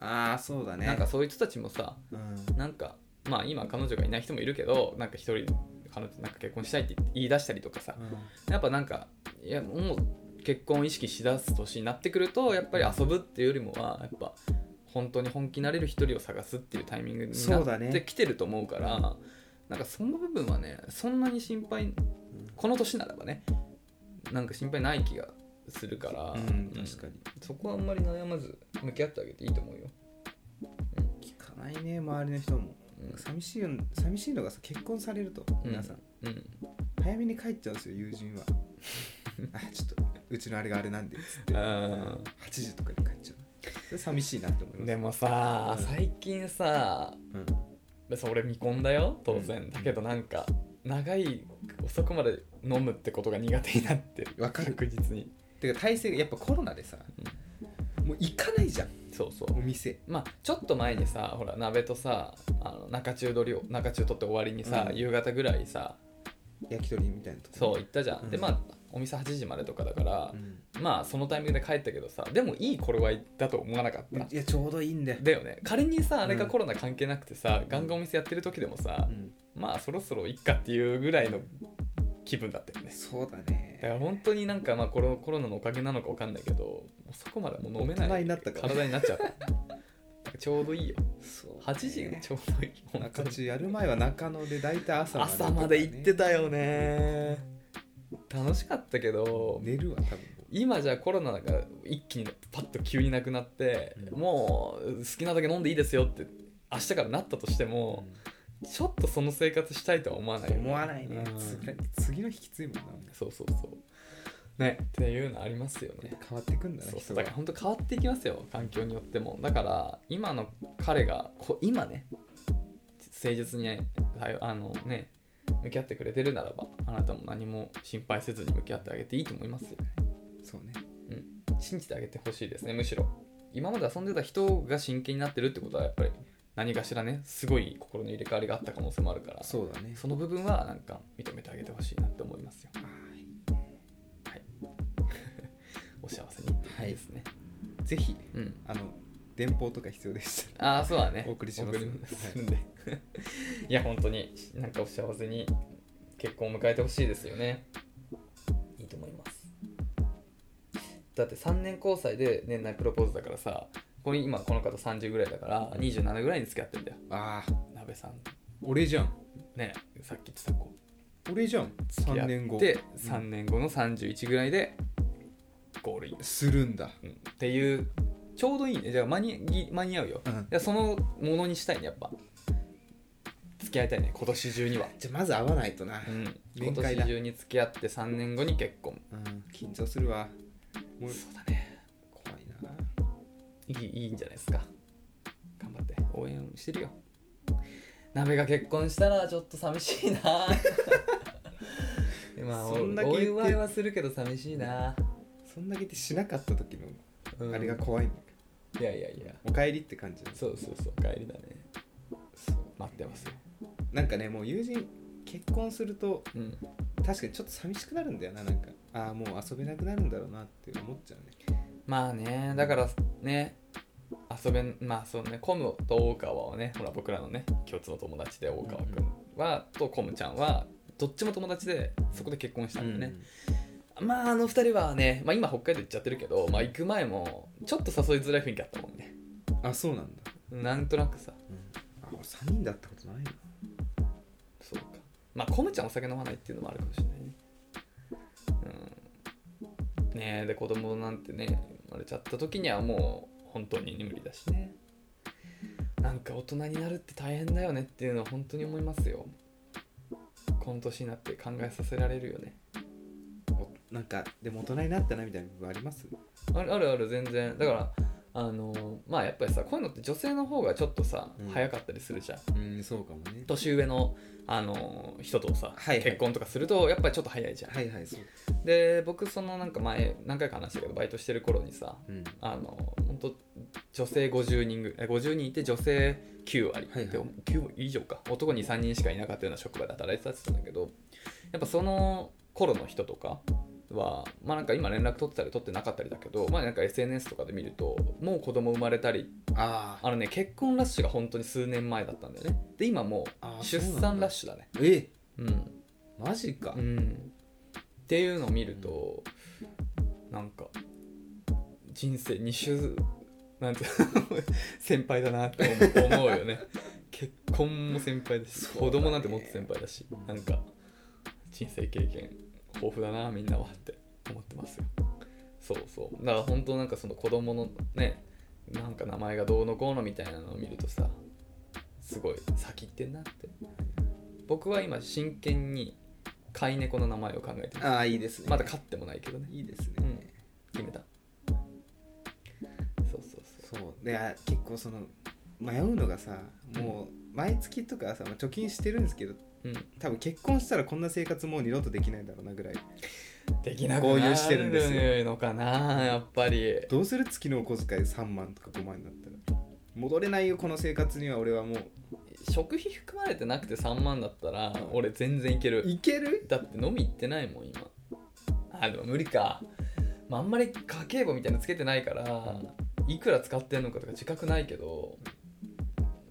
[SPEAKER 1] ああーそうだね
[SPEAKER 2] なんかそういう人たちもさ
[SPEAKER 1] うん
[SPEAKER 2] なんかまあ今彼女がいない人もいるけどなんか一人彼女なんか結婚したいって言い出したりとかさやっぱなんかいやもう結婚を意識しだす年になってくるとやっぱり遊ぶっていうよりもはやっぱ本当に本気になれる一人を探すっていうタイミングに
[SPEAKER 1] そう
[SPEAKER 2] な
[SPEAKER 1] だ
[SPEAKER 2] っ
[SPEAKER 1] ね
[SPEAKER 2] てきてると思うからなんかその部分はねそんなに心配この年ならばねなんか心配ない気がするから、
[SPEAKER 1] うん、うん、確かに
[SPEAKER 2] そこはあんまり悩まず向き合ってあげていいと思うよ、
[SPEAKER 1] 聞かないね周りの人も
[SPEAKER 2] うん
[SPEAKER 1] 寂しいよ寂しいのがさ結婚されると
[SPEAKER 2] うん
[SPEAKER 1] 皆さん、
[SPEAKER 2] うん、
[SPEAKER 1] 早めに帰っちゃうんですよ友人 はあちょっとうちのあれがあれなんでっつって
[SPEAKER 2] あー
[SPEAKER 1] 8時とかに帰っちゃうそれ寂しいなって思います
[SPEAKER 2] でもさ最近さ
[SPEAKER 1] うん
[SPEAKER 2] 別に俺見込んだよ当然、
[SPEAKER 1] うん
[SPEAKER 2] だけどなんか長い遅くまで飲むってことが苦手になってる
[SPEAKER 1] わかる
[SPEAKER 2] 確実に、
[SPEAKER 1] てか体制がやっぱコロナでさもう行かないじゃん
[SPEAKER 2] そうそう
[SPEAKER 1] お店
[SPEAKER 2] まあちょっと前にさほら鍋とさあの中中取りを中中取って終わりにさ、
[SPEAKER 1] うん
[SPEAKER 2] 夕方ぐらいさ
[SPEAKER 1] 焼き鳥みたいなとこ
[SPEAKER 2] そう行ったじゃん、
[SPEAKER 1] うん
[SPEAKER 2] でまあお店8時までとかだから
[SPEAKER 1] う、ん
[SPEAKER 2] まあそのタイミングで帰ったけどさでもいい頃合いだと思わなかった
[SPEAKER 1] いやちょうどいいんだよ
[SPEAKER 2] だよね仮にさあれが
[SPEAKER 1] うん
[SPEAKER 2] コロナ関係なくてさ、ガンガンお店やってる時でもさ
[SPEAKER 1] う、ん
[SPEAKER 2] まあそろそろいっかっていうぐらいの気分だったよね
[SPEAKER 1] そうだ
[SPEAKER 2] だ
[SPEAKER 1] ね
[SPEAKER 2] から本当になんかまあコロコロナのおかげなのかわかんないけどもうそこまでもう飲めな
[SPEAKER 1] 大
[SPEAKER 2] い
[SPEAKER 1] 人になったから
[SPEAKER 2] 体になっちゃっただからちょうどいいよ
[SPEAKER 1] そう
[SPEAKER 2] 8時がちょうどいい本
[SPEAKER 1] 中
[SPEAKER 2] 当に
[SPEAKER 1] 中やる前は中野で大体朝まで
[SPEAKER 2] 朝まで行ってたよね楽しかったけど
[SPEAKER 1] 寝るわ多分
[SPEAKER 2] 今じゃコロナが一気にパッと急になくなって、
[SPEAKER 1] うん
[SPEAKER 2] もう好きなだけ飲んでいいですよって明日からなったとしても、ちょっとその生活したいとは思わないよね
[SPEAKER 1] 思わないね
[SPEAKER 2] うん
[SPEAKER 1] つら次の日きついもんな
[SPEAKER 2] そうそうそうねっていうのありますよね
[SPEAKER 1] 変わってくんだな
[SPEAKER 2] そうそ
[SPEAKER 1] 人
[SPEAKER 2] う
[SPEAKER 1] が
[SPEAKER 2] だから本当変わっていきますよ環境によってもだから今の彼がこ今ね誠実にはいあのね向き合ってくれてるならばあなたも何も心配せずに向き合ってあげていいと思いますよ
[SPEAKER 1] そうね
[SPEAKER 2] 信じてあげてほしいですねむしろ今まで遊んでた人が真剣になってるってことはやっぱり何かしらねすごい心の入れ替わりがあった可能性もあるからそ
[SPEAKER 1] そうだね
[SPEAKER 2] の部分はなんか認めてあげてほしいなって思いますよ
[SPEAKER 1] は
[SPEAKER 2] お幸せにっていういですね、
[SPEAKER 1] いぜひ
[SPEAKER 2] うん
[SPEAKER 1] あの電報とか必要でした
[SPEAKER 2] ああそうだね
[SPEAKER 1] お送りします
[SPEAKER 2] お送すんで、い、や本当になんかお幸せに結婚を迎えてほしいですよねいいと思いますだって3年交際で年内プロポーズだからさこれ今この方30ぐらいだから27ぐらいに付き合ってんだよ
[SPEAKER 1] ああ
[SPEAKER 2] 鍋さん
[SPEAKER 1] 俺じゃん
[SPEAKER 2] ねさっき言ってた子
[SPEAKER 1] 俺じゃん3年後
[SPEAKER 2] で
[SPEAKER 1] うん
[SPEAKER 2] 3年後の31ぐらいでゴールイン、
[SPEAKER 1] するんだ
[SPEAKER 2] うんっていうちょうどいいねじゃあ間にぎ間に合うよ
[SPEAKER 1] うん
[SPEAKER 2] いやそのものにしたいねやっぱ付き合いたいね今年中には、
[SPEAKER 1] じゃあまず会わないとな
[SPEAKER 2] うん、今
[SPEAKER 1] 面会だ
[SPEAKER 2] 年中に付き合って3年後に結婚
[SPEAKER 1] うん緊張するわもう
[SPEAKER 2] そうだね
[SPEAKER 1] 怖いない
[SPEAKER 2] いいいんじゃないですか頑張って応援してるよ鍋が結婚したらちょっと寂 しいなまあお
[SPEAKER 1] そんだけ言
[SPEAKER 2] お
[SPEAKER 1] って
[SPEAKER 2] 祝いはするけど寂しいな、
[SPEAKER 1] そんだけってしなかった時の
[SPEAKER 2] うん
[SPEAKER 1] あれが怖いんだ
[SPEAKER 2] いやいやいや
[SPEAKER 1] おかえりって感じ
[SPEAKER 2] そうそうそう帰りだねそう待ってますよ
[SPEAKER 1] なんかねもう友人結婚すると
[SPEAKER 2] うん
[SPEAKER 1] 確かにちょっと寂しくなるんだよななんかああもう遊べなくなるんだろうなって思っちゃうね
[SPEAKER 2] まあねだからね遊べんまあそうねコムと大川はねほら僕らのね共通の友達で大川君は、とコムちゃんはどっちも友達でそこで結婚したんだよね、まああの二人はね、まあ、今北海道行っちゃってるけど、まあ、行く前もちょっと誘いづらい雰囲気あったもんね
[SPEAKER 1] あそうなんだ、
[SPEAKER 2] なんとなくさ
[SPEAKER 1] あ俺3人だったことないな
[SPEAKER 2] そうかまあコムちゃんお酒飲まないっていうのもあるかもしれないねうんねえで子供なんてね生まれちゃった時にはもう本当に無理だしねなんか大人になるって大変だよねっていうのは本当に思いますよこの年になって考えさせられるよね
[SPEAKER 1] おなんかでも大人になったなみたいな部分あります
[SPEAKER 2] あるあるある全然だからあのまあやっぱりさこういうのって女性の方がちょっとさ、
[SPEAKER 1] うん
[SPEAKER 2] 早かったりするじゃん
[SPEAKER 1] うんそうかもね
[SPEAKER 2] 年上の、あの人とさ、
[SPEAKER 1] はいはい
[SPEAKER 2] 結婚とかするとやっぱりちょっと早いじゃん
[SPEAKER 1] はいはいそう
[SPEAKER 2] で僕そのなんか前何回か話したけどバイトしてる頃にさ
[SPEAKER 1] うん
[SPEAKER 2] あの本当女性50人ぐらい50人いて女性9割、
[SPEAKER 1] はいはい
[SPEAKER 2] で9割以上か男に3人しかいなかったような職場で働いてたって言ってたんだけどやっぱその頃の人とかはまあなんか今連絡取ってたり取ってなかったりだけどまあなんか SNS とかで見るともう子供生まれたり
[SPEAKER 1] あ
[SPEAKER 2] あのね結婚ラッシュが本当に数年前だったんだよねで今も
[SPEAKER 1] あ
[SPEAKER 2] う
[SPEAKER 1] ー
[SPEAKER 2] 出
[SPEAKER 1] そうなんだ
[SPEAKER 2] 産ラッシュだね
[SPEAKER 1] あえ
[SPEAKER 2] うん
[SPEAKER 1] マジか、
[SPEAKER 2] うん、っていうのを見るとなんか人生2周なんて 先輩だなって思う思うよね結婚も先輩だし
[SPEAKER 1] そうだね
[SPEAKER 2] 子供なんてもっと先輩だしなんか人生経験豊富だなみんなはって思ってますよそうそうだから本当なんかその子供のねなんか名前がどうのこうのみたいなのを見るとさすごい先行ってんなって僕は今真剣に飼い猫の名前を考えてます
[SPEAKER 1] ああいいですね
[SPEAKER 2] まだ飼ってもないけどね
[SPEAKER 1] いいですね、
[SPEAKER 2] うん決めたそうそうそ
[SPEAKER 1] そうであ結構その迷うのがさもう毎月とかさ、まあ貯金してるんですけど
[SPEAKER 2] う、うん、
[SPEAKER 1] 多分結婚したらこんな生活もう二度とできないだろうなぐらい
[SPEAKER 2] できなく
[SPEAKER 1] 購
[SPEAKER 2] な
[SPEAKER 1] 入してるんですよ
[SPEAKER 2] るのかなやっぱり
[SPEAKER 1] どうする月のお小遣い3万とか5万になったら戻れないよこの生活には俺はも
[SPEAKER 2] 食費含まれてなくて3万だったら俺全然いける
[SPEAKER 1] ういける
[SPEAKER 2] だって飲み行ってないもん今あでも無理か、まあ、あんまり家計簿みたいなのつけてないからいくら使ってんのかとか自覚ないけど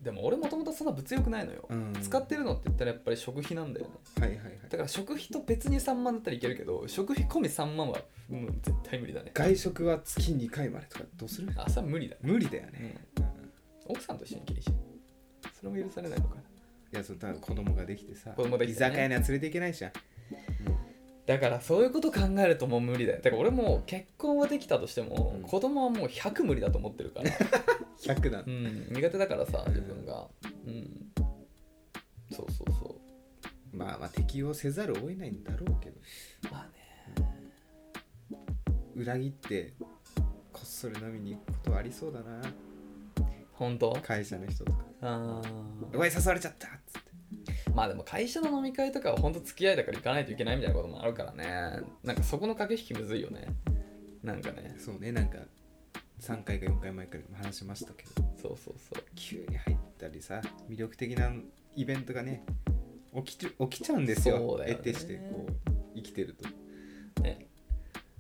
[SPEAKER 2] でも俺もともとそんな物欲ないのよ、
[SPEAKER 1] うん
[SPEAKER 2] 使ってるのって言ったらやっぱり食費なんだよね
[SPEAKER 1] はいはいはい
[SPEAKER 2] だから食費と別に3万だったらいけるけど食費込み3万はもう絶対無理だね
[SPEAKER 1] 外食は月2回までとかどうする
[SPEAKER 2] 朝無理だね、
[SPEAKER 1] 無理だよ
[SPEAKER 2] う
[SPEAKER 1] ね、
[SPEAKER 2] ん、
[SPEAKER 1] うん
[SPEAKER 2] 奥さんと一緒に行けばいいじゃんそれも許されないのかない
[SPEAKER 1] やその多分子供ができてさ
[SPEAKER 2] 子供できてね
[SPEAKER 1] 居酒屋には連れていけないじゃん
[SPEAKER 2] だからそういうこと考えるともう無理だよだから俺もう結婚はできたとしても、
[SPEAKER 1] うん
[SPEAKER 2] 子供はもう100無理だと思ってるから、
[SPEAKER 1] 100なん
[SPEAKER 2] うん、苦手だからさ自分がうんそうそうそ
[SPEAKER 1] まあまあ適用せざるを得ないんだろうけど
[SPEAKER 2] うまあね
[SPEAKER 1] 裏切ってこっそり飲みに行くことはありそうだな
[SPEAKER 2] 本当
[SPEAKER 1] 会社の人とか
[SPEAKER 2] あ
[SPEAKER 1] 「
[SPEAKER 2] ー
[SPEAKER 1] おい誘われちゃった!」っつって
[SPEAKER 2] まあでも会社の飲み会とかは本当付き合いだから行かないといけないみたいなこともあるからねなんかそこの駆け引きむずいよねなんかね
[SPEAKER 1] そうねなんか3回か4回前からも話しましたけど
[SPEAKER 2] そうそうそう
[SPEAKER 1] 急に入ったりさ魅力的なイベントがね起きちゅ起きちゃうんですよ
[SPEAKER 2] そうだよね
[SPEAKER 1] 得てしてこう生きてると
[SPEAKER 2] ね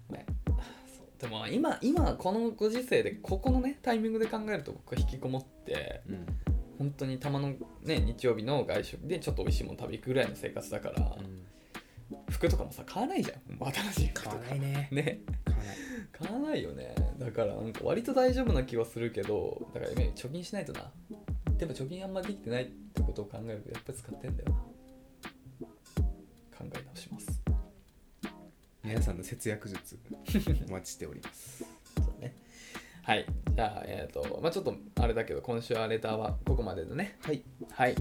[SPEAKER 2] ねそうでも今今このご時世でここのねタイミングで考えると僕は引きこもって
[SPEAKER 1] うん
[SPEAKER 2] 本当にたまのね日曜日の外食でちょっと美味しいもの食べ行くぐらいの生活だから、服とかもさ買わないじゃんもう新しい服とか
[SPEAKER 1] いね
[SPEAKER 2] ね
[SPEAKER 1] 買わない
[SPEAKER 2] 買わないよねだからなんか割と大丈夫な気はするけどだからね貯金しないとなでも貯金あんまできてないってことを考えるとやっぱり使ってんだよな考え直します
[SPEAKER 1] 皆さんの節約 術お待ちしております
[SPEAKER 2] そうね。はい。じゃあ、えっ、と、まあちょっとあれだけど、今週はレターはここまででね。
[SPEAKER 1] はい
[SPEAKER 2] はい。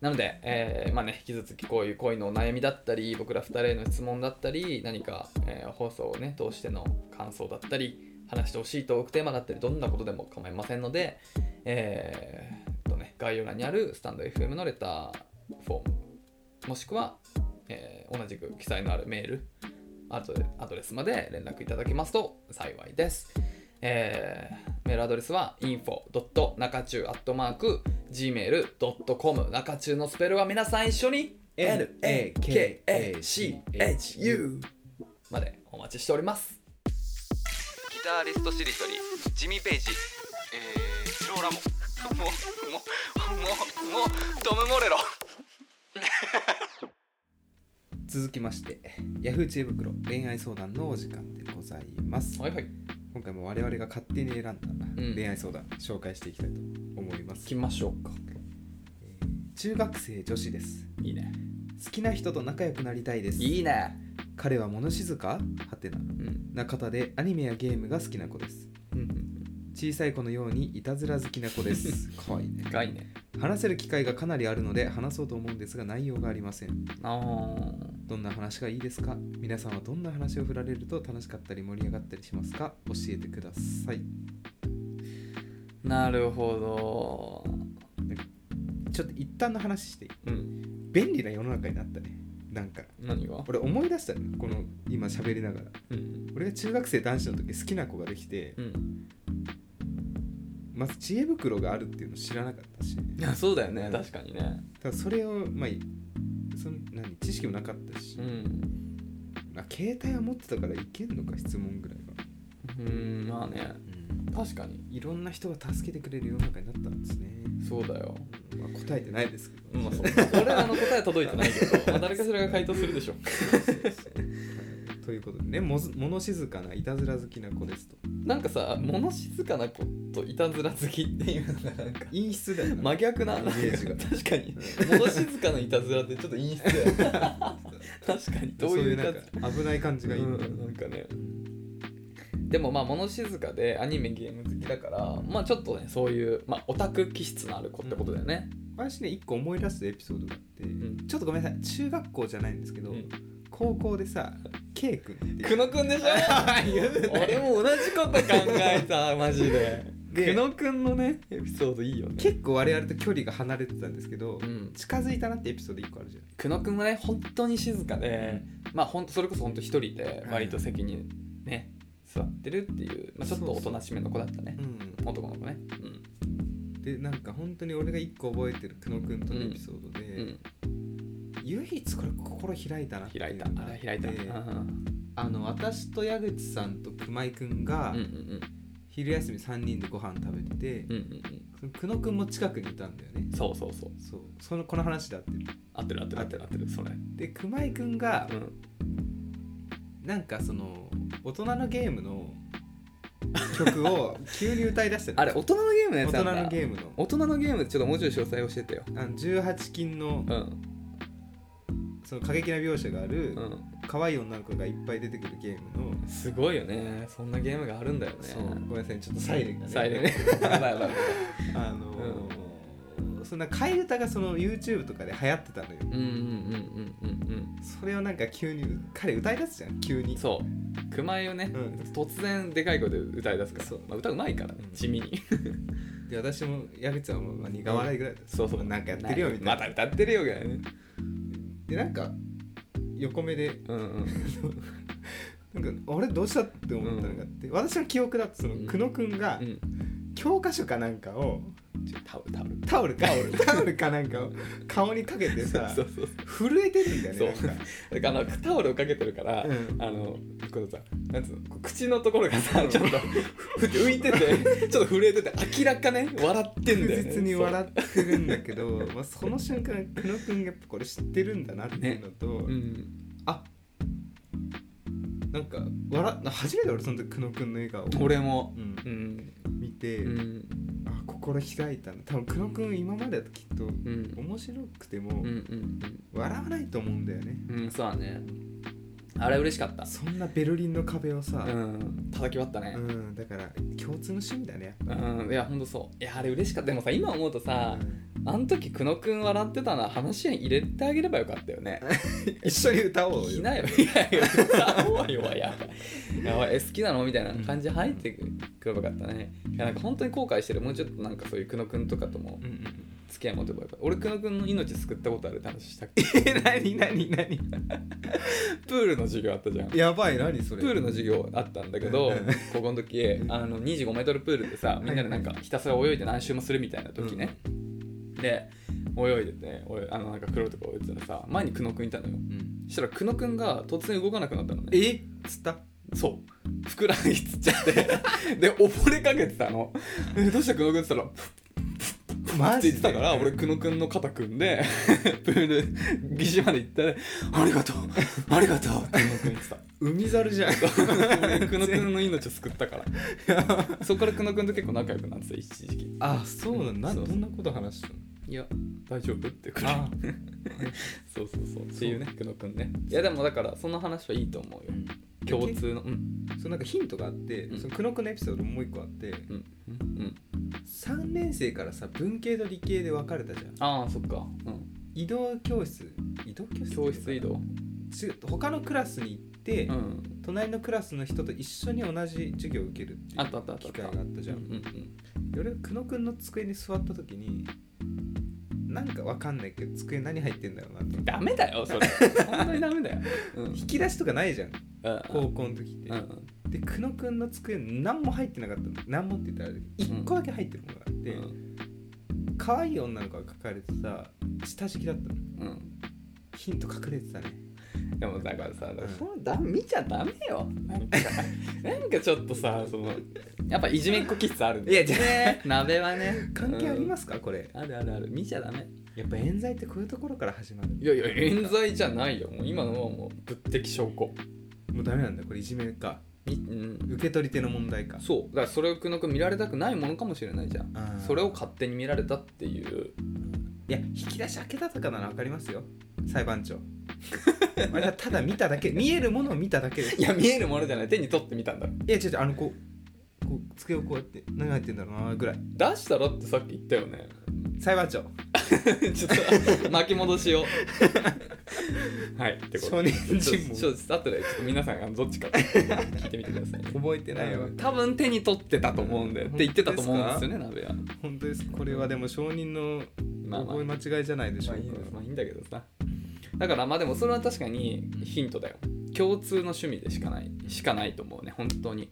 [SPEAKER 2] なので、えーまあね、引き続きこういう恋のお悩みだったり、僕ら2人への質問だったり、何か、えー放送をね、通しての感想だったり、話してほしいトークテーマだったり、どんなことでも構いませんので、えーっとね、概要欄にあるスタンド FM のレターフォーム、もしくは、えー同じく記載のあるメール、アドレアドレスまで連絡いただけますと幸いです。えーメールアドレスは info.nakachu.gmail.com 中中のスペルは皆さん一緒に
[SPEAKER 1] NAKACHU
[SPEAKER 2] までお待ちしておりますギタリストしりとりジミー・ペイジえー、ローラモもうもうもうもうトム・モレロ
[SPEAKER 1] 続きまして Yahoo! 知恵袋恋愛相談のお時間でございます
[SPEAKER 2] はいはい
[SPEAKER 1] 今回も我々が勝手に選んだ
[SPEAKER 2] うん
[SPEAKER 1] 恋愛相談紹介していきたいと思います、
[SPEAKER 2] きましょうか
[SPEAKER 1] 中学生女子です
[SPEAKER 2] いいね
[SPEAKER 1] 好きな人と仲良くなりたいです
[SPEAKER 2] いいね
[SPEAKER 1] 彼は物静かはてな
[SPEAKER 2] うん
[SPEAKER 1] な方でアニメやゲームが好きな子です
[SPEAKER 2] うん
[SPEAKER 1] 小さい子のようにいたずら好きな子です可愛いね
[SPEAKER 2] 深いね
[SPEAKER 1] 話せる機会がかなりあるので話そうと思うんですが内容がありません
[SPEAKER 2] あ
[SPEAKER 1] どんな話がいいですか皆さんはどんな話を振られると楽しかったり盛り上がったりしますか教えてください
[SPEAKER 2] ーなるほ
[SPEAKER 1] ちょっと一旦の話していい
[SPEAKER 2] どうん
[SPEAKER 1] 便利な世の中になったねなんか
[SPEAKER 2] 何が
[SPEAKER 1] 俺思い出したねこの今喋りながら
[SPEAKER 2] うん
[SPEAKER 1] 俺が中学生男子の時好きな子ができて
[SPEAKER 2] うん
[SPEAKER 1] まず知恵袋があるっていうの知らなかったし
[SPEAKER 2] いやそうだよね確かにね
[SPEAKER 1] ただそれをまあその何知識もなかったし、
[SPEAKER 2] うん
[SPEAKER 1] まあ、携帯は持ってたからいけんのか質問ぐらいは、
[SPEAKER 2] うんまあね確かに
[SPEAKER 1] いろんな人が助けてくれる世の中になったんですね、
[SPEAKER 2] そうだよ
[SPEAKER 1] まあ、答えてないですけど、
[SPEAKER 2] まあ、そう俺らの答え届いてないけど、まあ、誰かしらが回答するでしょ
[SPEAKER 1] ということでねもず物静かないたずら好きな子ですと
[SPEAKER 2] なんかさ物静かな子といたずら好きっていうのがなんか
[SPEAKER 1] 陰湿だよな、
[SPEAKER 2] 真逆な
[SPEAKER 1] イメージが
[SPEAKER 2] 確かに物静かないたずらってちょっと陰 湿だよね確かにどう
[SPEAKER 1] そう
[SPEAKER 2] い
[SPEAKER 1] いうう
[SPEAKER 2] い
[SPEAKER 1] な
[SPEAKER 2] た
[SPEAKER 1] ん
[SPEAKER 2] ず
[SPEAKER 1] か危ない感じが
[SPEAKER 2] ら
[SPEAKER 1] いい、
[SPEAKER 2] うんなんかねでもまあ物静かでアニメゲーム好きだからまあちょっとねそういう、まあ、オタク気質のある子ってことだよね、
[SPEAKER 1] 私ね一個思い出すエピソードがあって、
[SPEAKER 2] ん
[SPEAKER 1] ちょっとごめんなさい中学校じゃないんですけど、
[SPEAKER 2] うん
[SPEAKER 1] 高校でさ K 君っていう
[SPEAKER 2] 久野くんでし ょ俺も同じこと考えたマジで
[SPEAKER 1] で
[SPEAKER 2] 久野くんのねエピソードいいよね
[SPEAKER 1] 結構我々と距離が離れてたんですけど、
[SPEAKER 2] うん
[SPEAKER 1] 近づいたなってエピソード1個あるじゃん
[SPEAKER 2] 久野くんはね本当に静かで、まあほんとそれこそ本当一人で割と席にね、座ってるっていう、まあ、ちょっとおとなしめの子だったね
[SPEAKER 1] う
[SPEAKER 2] 男の子ね
[SPEAKER 1] ん、でなんか本当に俺が1個覚えてる久野くんとのエピソードで、
[SPEAKER 2] うん、うん、
[SPEAKER 1] 唯一これ心開いたなって
[SPEAKER 2] 開
[SPEAKER 1] い
[SPEAKER 2] いうた
[SPEAKER 1] のが
[SPEAKER 2] あ
[SPEAKER 1] あっ
[SPEAKER 2] ら
[SPEAKER 1] て
[SPEAKER 2] 開いた、うん
[SPEAKER 1] あの私と矢口さんと熊井くんが
[SPEAKER 2] うんうん
[SPEAKER 1] 昼休み3人でご飯食べてて
[SPEAKER 2] うんうんうんうん
[SPEAKER 1] その久野くんも近くにいたんだよね
[SPEAKER 2] そうそうそう
[SPEAKER 1] そうそのこの話だってる
[SPEAKER 2] 合ってる合ってる合ってる合ってるそれ
[SPEAKER 1] で熊井くんが
[SPEAKER 2] うん
[SPEAKER 1] なんかその大人のゲームの曲を急に歌い出したの
[SPEAKER 2] あれ大人のゲームのや
[SPEAKER 1] 大
[SPEAKER 2] つな
[SPEAKER 1] 人
[SPEAKER 2] んだ
[SPEAKER 1] のゲームの
[SPEAKER 2] 大人のゲームちょっともうちょい詳細教えてよ
[SPEAKER 1] あの18禁の
[SPEAKER 2] うん
[SPEAKER 1] その過激な描写がある、
[SPEAKER 2] うん、
[SPEAKER 1] 可愛い女の子がいっぱい出てくるゲームの、
[SPEAKER 2] すごいよねそんなゲームがあるんだよね
[SPEAKER 1] そうごめんなさいちょっとサイレンがね
[SPEAKER 2] サイレン やばいやばいやばい
[SPEAKER 1] あのーそんな替え歌がその YouTube とかで流行ってたのよ、
[SPEAKER 2] うんうんうんうんうん
[SPEAKER 1] それをなんか急に彼歌い出すじゃん急
[SPEAKER 2] う
[SPEAKER 1] に
[SPEAKER 2] んそう熊井をね、
[SPEAKER 1] うん
[SPEAKER 2] 突然でかい声で歌い出すから
[SPEAKER 1] そう
[SPEAKER 2] まあ、歌うまいからね、
[SPEAKER 1] うん
[SPEAKER 2] 地味に
[SPEAKER 1] で私も矢口さんもまあ苦笑いぐらいだった、
[SPEAKER 2] そうそう
[SPEAKER 1] なんかやってるよみたいな
[SPEAKER 2] また歌ってるよぐらいね
[SPEAKER 1] でなんか横目で
[SPEAKER 2] うんうん
[SPEAKER 1] なんかあれどうしたって思ったのがあって、私の記憶だとその久野くんが
[SPEAKER 2] うん
[SPEAKER 1] 教科書かなんかを
[SPEAKER 2] ちょタオルタオル
[SPEAKER 1] タオルかタオルかなんかを顔にかけてさ
[SPEAKER 2] そうそう
[SPEAKER 1] 震えてるんだよね
[SPEAKER 2] そう
[SPEAKER 1] なんか
[SPEAKER 2] そうだからあのタオルをかけてるから、
[SPEAKER 1] うん
[SPEAKER 2] あのこのさなんつうのこう口のところがさちょっとふ浮い ててちょっと震えてて明らかね笑ってんだよ
[SPEAKER 1] 確
[SPEAKER 2] ね
[SPEAKER 1] 実に笑ってるんだけど、まあ、その瞬間久野くんがやっぱこれ知ってるんだなっていうのと、
[SPEAKER 2] そううん、
[SPEAKER 1] あなんか笑っ初めて俺その時久野くんの笑顔を、
[SPEAKER 2] 俺も
[SPEAKER 1] うん
[SPEAKER 2] うん
[SPEAKER 1] 見て、
[SPEAKER 2] うん
[SPEAKER 1] あ心開いたんだ多分久野くん今までだときっと
[SPEAKER 2] うん
[SPEAKER 1] 面白くても、
[SPEAKER 2] うんうん
[SPEAKER 1] 笑わないと思うんだよね
[SPEAKER 2] うんうんそうだねあれ嬉しかった
[SPEAKER 1] そんなベルリンの壁をさ、
[SPEAKER 2] うん叩き割ったね
[SPEAKER 1] うんだから共通の趣味だね
[SPEAKER 2] うん、いやほんとそういやあれ嬉しかったでもさ今思うとさ
[SPEAKER 1] うん
[SPEAKER 2] あの時久野くん笑ってたな話に入れてあげればよかったよ ね
[SPEAKER 1] 一緒に歌おう
[SPEAKER 2] い
[SPEAKER 1] よ
[SPEAKER 2] ないよいやいや弱い弱いやばいやばいえ好きなのみたいな感じで入ってくればよかったねいやなんか本当に後悔してるもうちょっとなんかそういう久野くんとかとも
[SPEAKER 1] うんうんうん
[SPEAKER 2] 付き合い持てばよかった俺久野くんの命救ったことあるって話したっけ
[SPEAKER 1] え何何何
[SPEAKER 2] プールの授業あったじゃん
[SPEAKER 1] やばい何それ
[SPEAKER 2] プールの授業あったんだけど
[SPEAKER 1] うん
[SPEAKER 2] 高校の時あの 25m プールでさみんなでなんかひたすら泳いで何周もするみたいな時ね、で泳いでて泳いあのなんか黒いとか泳いでたらさ前に久野くんいたのよ
[SPEAKER 1] うん
[SPEAKER 2] そしたら久野くんが突然動かなくなったのね
[SPEAKER 1] えつった
[SPEAKER 2] そうふくらはぎつっちゃってで溺れかけてたのえどうした久野くんって言ったら
[SPEAKER 1] マ
[SPEAKER 2] って
[SPEAKER 1] ジ
[SPEAKER 2] 言ってたから俺久野くんの肩組んでプール岸まで行ったら「ありがとうありがとう」って久野くん 言ってた
[SPEAKER 1] 海猿じゃん
[SPEAKER 2] 俺久野くんの命を救ったからそこから久野くんと結構仲良くなってた一時期
[SPEAKER 1] あそうなんだな
[SPEAKER 2] そ
[SPEAKER 1] ど
[SPEAKER 2] うそうん
[SPEAKER 1] なこと話したの
[SPEAKER 2] いや大丈夫ってくらい
[SPEAKER 1] あ
[SPEAKER 2] そうそうそうっていうね久野くんねいやでもだからその話はいいと思うよ共通のうん
[SPEAKER 1] そうなんかヒントがあって、
[SPEAKER 2] うん
[SPEAKER 1] その久野くんのエピソードもう一個あって、
[SPEAKER 2] うんうん
[SPEAKER 1] 3年生からさ文系と理系で分かれたじゃん
[SPEAKER 2] ああそっかうん
[SPEAKER 1] 移動教室移動教室
[SPEAKER 2] 教室移動
[SPEAKER 1] 違う他のクラスに行って、
[SPEAKER 2] うん
[SPEAKER 1] 隣のクラスの人と一緒に同じ授業を受けるってい
[SPEAKER 2] あったあったあ
[SPEAKER 1] う
[SPEAKER 2] った
[SPEAKER 1] 機会があったじゃん
[SPEAKER 2] うんうん
[SPEAKER 1] で俺久野くんの机に座った時になんかわかんないけど机何入ってんだろうなと思って
[SPEAKER 2] ダメだよそれ 本当にダメだようん
[SPEAKER 1] 引き出しとかないじゃん
[SPEAKER 2] うん
[SPEAKER 1] 高校の時って、
[SPEAKER 2] うん
[SPEAKER 1] で久野くんの机何も入ってなかったの何もって言ったらあれ1個だけ入ってるものがあって、
[SPEAKER 2] うん
[SPEAKER 1] 可愛い女の子が書かれてた下敷きだったの
[SPEAKER 2] うん
[SPEAKER 1] ヒント隠れてたね
[SPEAKER 2] でもだからさ
[SPEAKER 1] ん
[SPEAKER 2] そのだ見ちゃダメよなん かなんかちょっとさそのやっぱいじめっ子気質あるね
[SPEAKER 1] いやじゃ
[SPEAKER 2] ね 鍋はね、
[SPEAKER 1] 関係ありますすかこれ
[SPEAKER 2] うんあるあるある見ちゃダメ
[SPEAKER 1] やっぱ冤罪ってこういうところから始まる
[SPEAKER 2] いやいや冤罪じゃないよもう今のはもう物的証拠
[SPEAKER 1] もうダメなんだこれいじめか
[SPEAKER 2] みうん
[SPEAKER 1] 受け取り手の問題か
[SPEAKER 2] そうだからそれを久野君見られたくないものかもしれないじゃん
[SPEAKER 1] あー
[SPEAKER 2] それを勝手に見られたっていう
[SPEAKER 1] いや引き出し開けたとかなら分かりますよ裁判長あれはただ見ただけ見えるものを見ただけです
[SPEAKER 2] いや見えるものじゃない手に取ってみたんだ
[SPEAKER 1] いや違う違うあのこうこう机をこうやって何入ってんだろうなぐらい
[SPEAKER 2] 出したらってさっき言ったよね
[SPEAKER 1] 裁判長
[SPEAKER 2] ちょっと巻き戻 しをはいってこと
[SPEAKER 1] 少年尋
[SPEAKER 2] ち
[SPEAKER 1] 問
[SPEAKER 2] ょっと後でちょっと皆さんあのどっちか聞いてみてくだ さいね
[SPEAKER 1] 覚えてないわ
[SPEAKER 2] 多分手に取ってたと思うんでって言ってたと思うんですよね鍋は
[SPEAKER 1] 本当ですこれはでも証人の
[SPEAKER 2] まあまあ
[SPEAKER 1] 覚え間違いじゃないでしょ
[SPEAKER 2] ま
[SPEAKER 1] う
[SPEAKER 2] あ
[SPEAKER 1] か
[SPEAKER 2] いいですまあいいんだけどさだからまあでもそれは確かにヒントだよ共通の趣味でしかないしかないと思うね本当に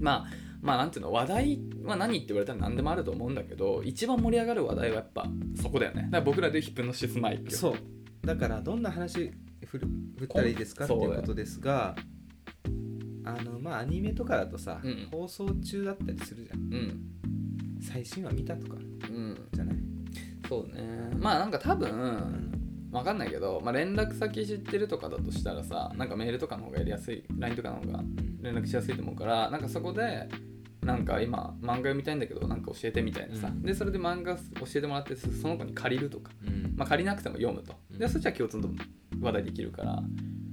[SPEAKER 2] まあまあなんていうの話題は何って言われたら何でもあると思うんだけど一番盛り上がる話題はやっぱそこだよねだから僕らでヒップのシスマイっていう
[SPEAKER 1] そうだからどんな話振る振ったらいいですかって
[SPEAKER 2] こん
[SPEAKER 1] いうことですがあのまあアニメとかだとさ、
[SPEAKER 2] うん
[SPEAKER 1] 放送中だったりするじゃん
[SPEAKER 2] うん
[SPEAKER 1] 最新話見たとか
[SPEAKER 2] うん
[SPEAKER 1] じゃない、
[SPEAKER 2] そうねまあなんか多分わかんないけど、まあ、連絡先知ってるとかだとしたらさなんかメールとかの方がやりやすい LINE とかの方が連絡しやすいと思うからなんかそこでなんか今漫画読みたいんだけどなんか教えてみたいなさ、
[SPEAKER 1] うん
[SPEAKER 2] でそれで漫画教えてもらってその子に借りるとか、
[SPEAKER 1] うん
[SPEAKER 2] まあ、借りなくても読むと
[SPEAKER 1] うん
[SPEAKER 2] でそっちは共通の話題できるから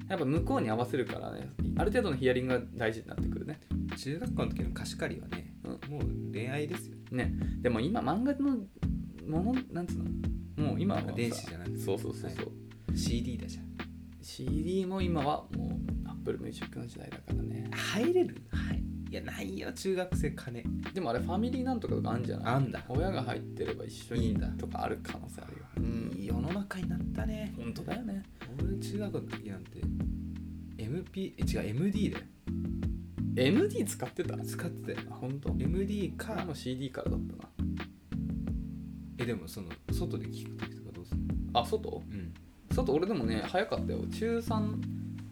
[SPEAKER 2] やっぱ向こうに合わせるからねある程度のヒアリングが大事になってくるね
[SPEAKER 1] 中学校の時の貸し借りはね、
[SPEAKER 2] うん
[SPEAKER 1] もう恋愛ですよ
[SPEAKER 2] ねでも今漫画のものなんつうのもう今はさ
[SPEAKER 1] 電子じゃなくて
[SPEAKER 2] そうそうそうそう、
[SPEAKER 1] CD だじゃん
[SPEAKER 2] CD も今はもう Apple Music の時代だからね
[SPEAKER 1] 入れるはいいやないよ中学生金
[SPEAKER 2] でもあれファミリーなんとかとかあるんじゃない
[SPEAKER 1] あんだ
[SPEAKER 2] 親が入ってれば一緒に
[SPEAKER 1] いいんだ
[SPEAKER 2] とかある可能性あるよ
[SPEAKER 1] いい世の中になったね
[SPEAKER 2] 本当だよね
[SPEAKER 1] 俺中学の時なんて MP え違う MD だよ
[SPEAKER 2] MD 使ってた
[SPEAKER 1] 使ってたよ
[SPEAKER 2] あ本当
[SPEAKER 1] MD か
[SPEAKER 2] 俺も CD からだった
[SPEAKER 1] えでもその外で聞く時とかどうするの
[SPEAKER 2] なあ外
[SPEAKER 1] うん
[SPEAKER 2] 外俺でもね早かったよ中3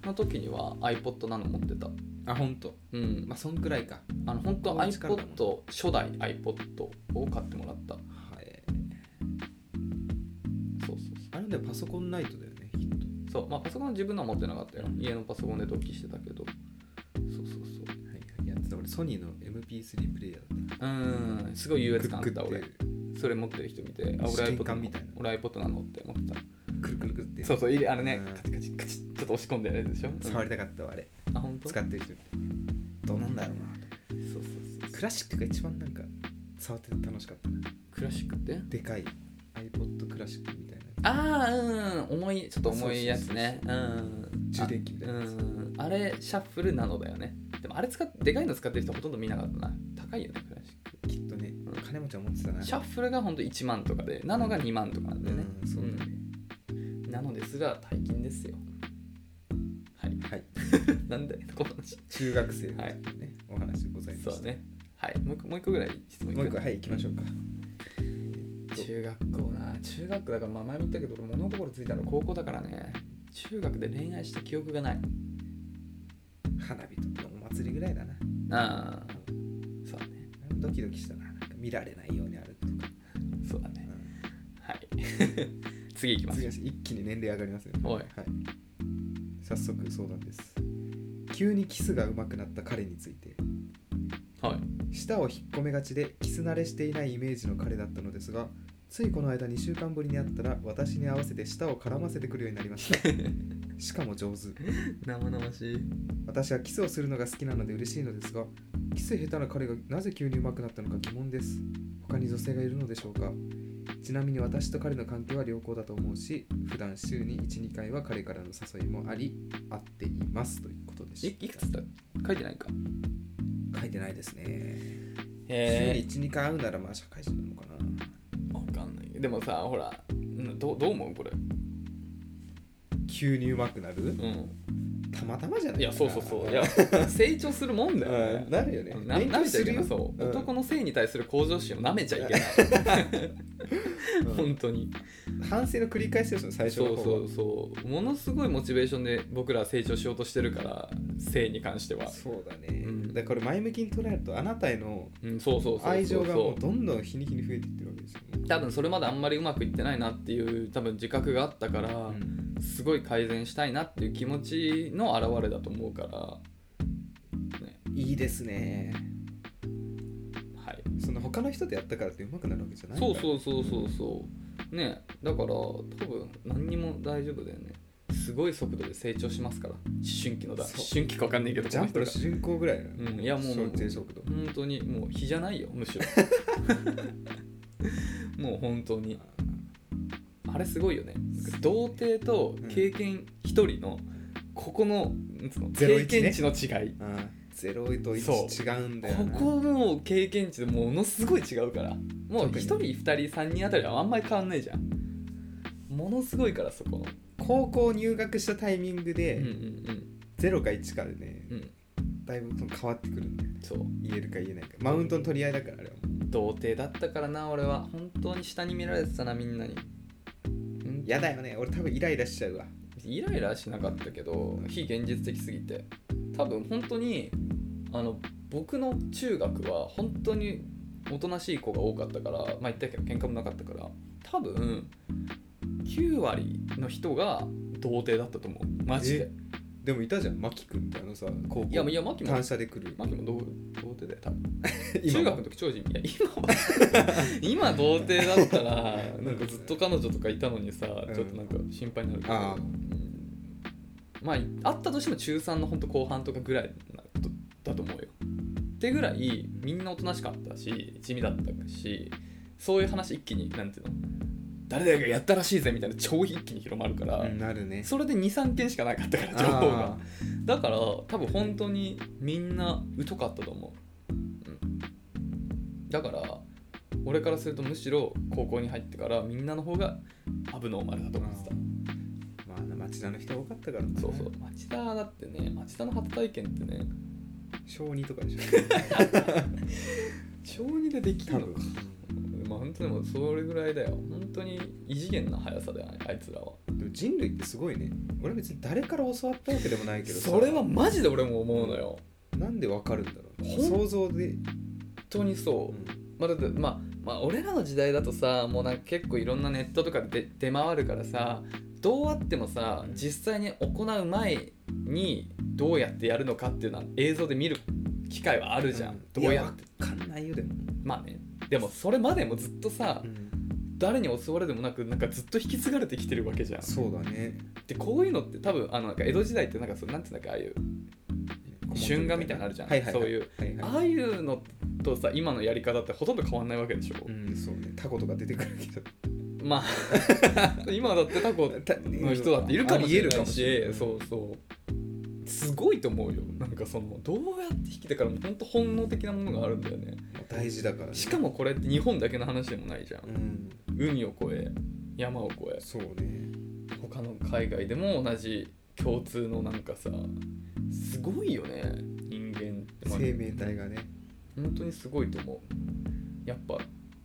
[SPEAKER 2] の時には iPod なの持ってた
[SPEAKER 1] あ本当。
[SPEAKER 2] うん
[SPEAKER 1] まあそんくらいか
[SPEAKER 2] あの本当
[SPEAKER 1] お家からだもん
[SPEAKER 2] iPod 初代 iPod を買ってもらった
[SPEAKER 1] はい
[SPEAKER 2] そうそう
[SPEAKER 1] あれでパソコンないとだよねきっと
[SPEAKER 2] そうそうまあパソコンは自分のは持ってなかったよ家のパソコンで同期してたけどそうそうそう
[SPEAKER 1] はいはいやってた俺ソニーの MP3 プレイヤーだった
[SPEAKER 2] うーんすごい優越感あった
[SPEAKER 1] グッ
[SPEAKER 2] 俺
[SPEAKER 1] グッ
[SPEAKER 2] それ持ってる人見てあ俺
[SPEAKER 1] 試験
[SPEAKER 2] iPod な
[SPEAKER 1] 管
[SPEAKER 2] の
[SPEAKER 1] みたいな
[SPEAKER 2] 俺 iPod なのって思ってた
[SPEAKER 1] てくるくるくるって
[SPEAKER 2] そうそう入れあれね
[SPEAKER 1] うん
[SPEAKER 2] カチカチカチちょっと押し込んでやるやつでしょ
[SPEAKER 1] 触りたかったわあれ
[SPEAKER 2] うんあ本当
[SPEAKER 1] 使ってる人どうなんだろうな
[SPEAKER 2] そうそうそう
[SPEAKER 1] クラシックが一番なんか触ってて楽しかったな
[SPEAKER 2] クラシックって
[SPEAKER 1] でかい iPod クラシックみたいな
[SPEAKER 2] ああうん重いちょっと重いやつねうん
[SPEAKER 1] 充電器みたいなやつ
[SPEAKER 2] うんあれシャッフルなのだよねでもあれ使ってでかいの使ってる人ほとんど見なかったな高いよねクラシック
[SPEAKER 1] きっとね金持ちは持ってたな
[SPEAKER 2] シャッフルがほんと1万とかでナノが2万とかなんだよね、
[SPEAKER 1] うんそうだね
[SPEAKER 2] うんなのですら大金ですよはい
[SPEAKER 1] はい
[SPEAKER 2] なんでこの話
[SPEAKER 1] 中学生の
[SPEAKER 2] はい
[SPEAKER 1] 時のねお話でございま
[SPEAKER 2] そう
[SPEAKER 1] す
[SPEAKER 2] ねはいもう一個もう一個ぐらい質問いく
[SPEAKER 1] もう一個はい行きましょうか
[SPEAKER 2] 中学校な中学だからまあ前も言ったけど俺物心ついたの高校だからね中学で恋愛した記憶がない
[SPEAKER 1] 花火とかお祭りぐらいだな
[SPEAKER 2] ああそうだね
[SPEAKER 1] ドキドキしたななんか見られないように歩くとか、
[SPEAKER 2] そうだ
[SPEAKER 1] う
[SPEAKER 2] ね
[SPEAKER 1] ん
[SPEAKER 2] はい 次いきます
[SPEAKER 1] 次は一気に年齢上がりますよね
[SPEAKER 2] おい
[SPEAKER 1] はい、早速相談です急にキスが上手くなった彼について
[SPEAKER 2] はい
[SPEAKER 1] 舌を引っ込めがちでキス慣れしていないイメージの彼だったのですがついこの間2週間ぶりに会ったら私に合わせて舌を絡ませてくるようになりましたしかも上手
[SPEAKER 2] 生々しい
[SPEAKER 1] 私はキスをするのが好きなので嬉しいのですがキス下手な彼がなぜ急に上手くなったのか疑問です他に女性がいるのでしょうかちなみに私と彼の関係は良好だと思うし普段週に12回は彼からの誘いもあり会っていますということで
[SPEAKER 2] い
[SPEAKER 1] し
[SPEAKER 2] いくつだ書いてないか
[SPEAKER 1] た書いてないですね、
[SPEAKER 2] へ
[SPEAKER 1] 週に12回会うならまあ社会人なのかな
[SPEAKER 2] えわかんないでもさほらうんどうどう思うこれ
[SPEAKER 1] 急に上手くなる
[SPEAKER 2] うん
[SPEAKER 1] たまたまじゃない
[SPEAKER 2] いやそうそうそういや成長するもんだよね
[SPEAKER 1] うんなるよね
[SPEAKER 2] な舐めちゃいけないそう、
[SPEAKER 1] うん
[SPEAKER 2] 男の性に対する向上心を舐めちゃいけない本当に
[SPEAKER 1] 反省の繰り返しですよ最初の
[SPEAKER 2] そ
[SPEAKER 1] 方
[SPEAKER 2] うそうそうものすごいモチベーションで僕らは成長しようとしてるから性に関しては
[SPEAKER 1] そうだね、
[SPEAKER 2] うん
[SPEAKER 1] だからこれ前向きに捉えるとあなたへの
[SPEAKER 2] うんそうそうそうそう
[SPEAKER 1] 愛情がもうどんどん日に日に増えていってるわけですよね、
[SPEAKER 2] 多分それまであんまりうまくいってないなっていう多分自覚があったから、
[SPEAKER 1] うん
[SPEAKER 2] すごい改善したいなっていう気持ちの表れだと思うから
[SPEAKER 1] いいですね
[SPEAKER 2] はい
[SPEAKER 1] その他の人とやったからって上手くなるわけじゃない
[SPEAKER 2] そうそううそうそうそうねだから多分何にも大丈夫だよねすごい速度で成長しますから思春期のだ思
[SPEAKER 1] そう
[SPEAKER 2] 春期か分かんないけど
[SPEAKER 1] ジャンプの
[SPEAKER 2] こ
[SPEAKER 1] 主人公ぐらいの、
[SPEAKER 2] の人がうんいやもう
[SPEAKER 1] 小中速度
[SPEAKER 2] 本当にもう日じゃないよむし ろもう本当にあれすごいよね童貞と経験一人のここのなんつうの経
[SPEAKER 1] 01
[SPEAKER 2] 験値の違い、
[SPEAKER 1] あーゼロと
[SPEAKER 2] そう
[SPEAKER 1] 1違うんだよ
[SPEAKER 2] こ
[SPEAKER 1] な
[SPEAKER 2] こもう経験値でものすごい違うからもう1人
[SPEAKER 1] 特
[SPEAKER 2] 2人3人あたりはあんまり変わんないじゃんものすごいからそこの
[SPEAKER 1] 高校入学したタイミング
[SPEAKER 2] う
[SPEAKER 1] で、
[SPEAKER 2] んうん
[SPEAKER 1] ゼロか1かでね
[SPEAKER 2] うんうん
[SPEAKER 1] だいぶその変わってくるんだよ
[SPEAKER 2] そう
[SPEAKER 1] 言えるか言えないかマウントの取り合いだからあれは
[SPEAKER 2] 童貞だったからな俺は本当に下に見られてたなみんなにうん
[SPEAKER 1] やだよね俺多分イライラしちゃうわ
[SPEAKER 2] イライラしなかったけど非現実的すぎて多分本当にあの僕の中学は本当におとなしい子が多かったからまあ言ったけど喧嘩もなかったから多分9割の人が童貞だったと思うマジで
[SPEAKER 1] でもいたじゃんマキ君ってあのさ高校
[SPEAKER 2] いやいやマキも
[SPEAKER 1] 単車で来る
[SPEAKER 2] マキも童童貞だよ多分
[SPEAKER 1] 今
[SPEAKER 2] 中学の時超人いや 今は今童貞だったらなんかずっと彼女とかいたのにさちょっとなんか心配になるけど、
[SPEAKER 1] ああ
[SPEAKER 2] うんまああったとしても中3の本当後半とかぐらいなことだと思うよってぐらいみんなおとなしかったし地味だったしそういう話一気になんていうの誰々がやったらしいぜみたいな超一気に広まるから、
[SPEAKER 1] うんなるね
[SPEAKER 2] それで23件しかなかったから 情報がだから多分本当にみんな疎かったと思う、うん、だから俺からするとむしろ高校に入ってからみんなの方がアブノーマルだと思ってた、
[SPEAKER 1] あーまあ町田の人多かったからな
[SPEAKER 2] そうそう町田だってね町田の初体験ってね
[SPEAKER 1] 小2とか でしょ
[SPEAKER 2] 小2ででき
[SPEAKER 1] 多
[SPEAKER 2] るの
[SPEAKER 1] 分
[SPEAKER 2] かまあ本当でもそれぐらいだよ本当に異次元な速さだよねあいつらは
[SPEAKER 1] でも人類ってすごいね俺は別に誰から教わったわけでもないけどさ
[SPEAKER 2] それはマジで俺も思うのよ
[SPEAKER 1] なんでわかるんだろう
[SPEAKER 2] ほん
[SPEAKER 1] 想像で、
[SPEAKER 2] 本当にそうまあ、だってまあまあ俺らの時代だとさもうなんか結構いろんなネットとかで出回るからさどうあってもさ実際に行う前にどうやってやるのかっていうのは映像で見る機会はあるじゃん、どうやって
[SPEAKER 1] わかんないよでも、
[SPEAKER 2] まあねでもそれまでもずっとさ、誰に襲われでもなくなんかずっと引き継がれてきてるわけじゃん
[SPEAKER 1] そうだね
[SPEAKER 2] でこういうのって多分あのなんか江戸時代ってなんかそうなんていうんだっけああいう春画みたいなのあるじゃん
[SPEAKER 1] はいはいはい、
[SPEAKER 2] そういう
[SPEAKER 1] はいはい
[SPEAKER 2] ああいうのとさ今のやり方ってほとんど変わんないわけでしょ、
[SPEAKER 1] うんそうねタコとか出てくるけど
[SPEAKER 2] まあ 今だってタコの人だっているかもし
[SPEAKER 1] あ
[SPEAKER 2] れ
[SPEAKER 1] りえるか
[SPEAKER 2] ない
[SPEAKER 1] もしれない
[SPEAKER 2] しそうそうすごいと思うよなんかそのどうやって引きだから本当本能的なものがあるんだよね
[SPEAKER 1] 大事だから、ね、
[SPEAKER 2] しかもこれって日本だけの話でもないじゃん
[SPEAKER 1] うん
[SPEAKER 2] 海を越え山を越
[SPEAKER 1] そうね
[SPEAKER 2] え他の海外でも同じ共通のなんかさすごいよね人間ってまあ
[SPEAKER 1] 生命体がね
[SPEAKER 2] 本当にすごいと思うやっぱ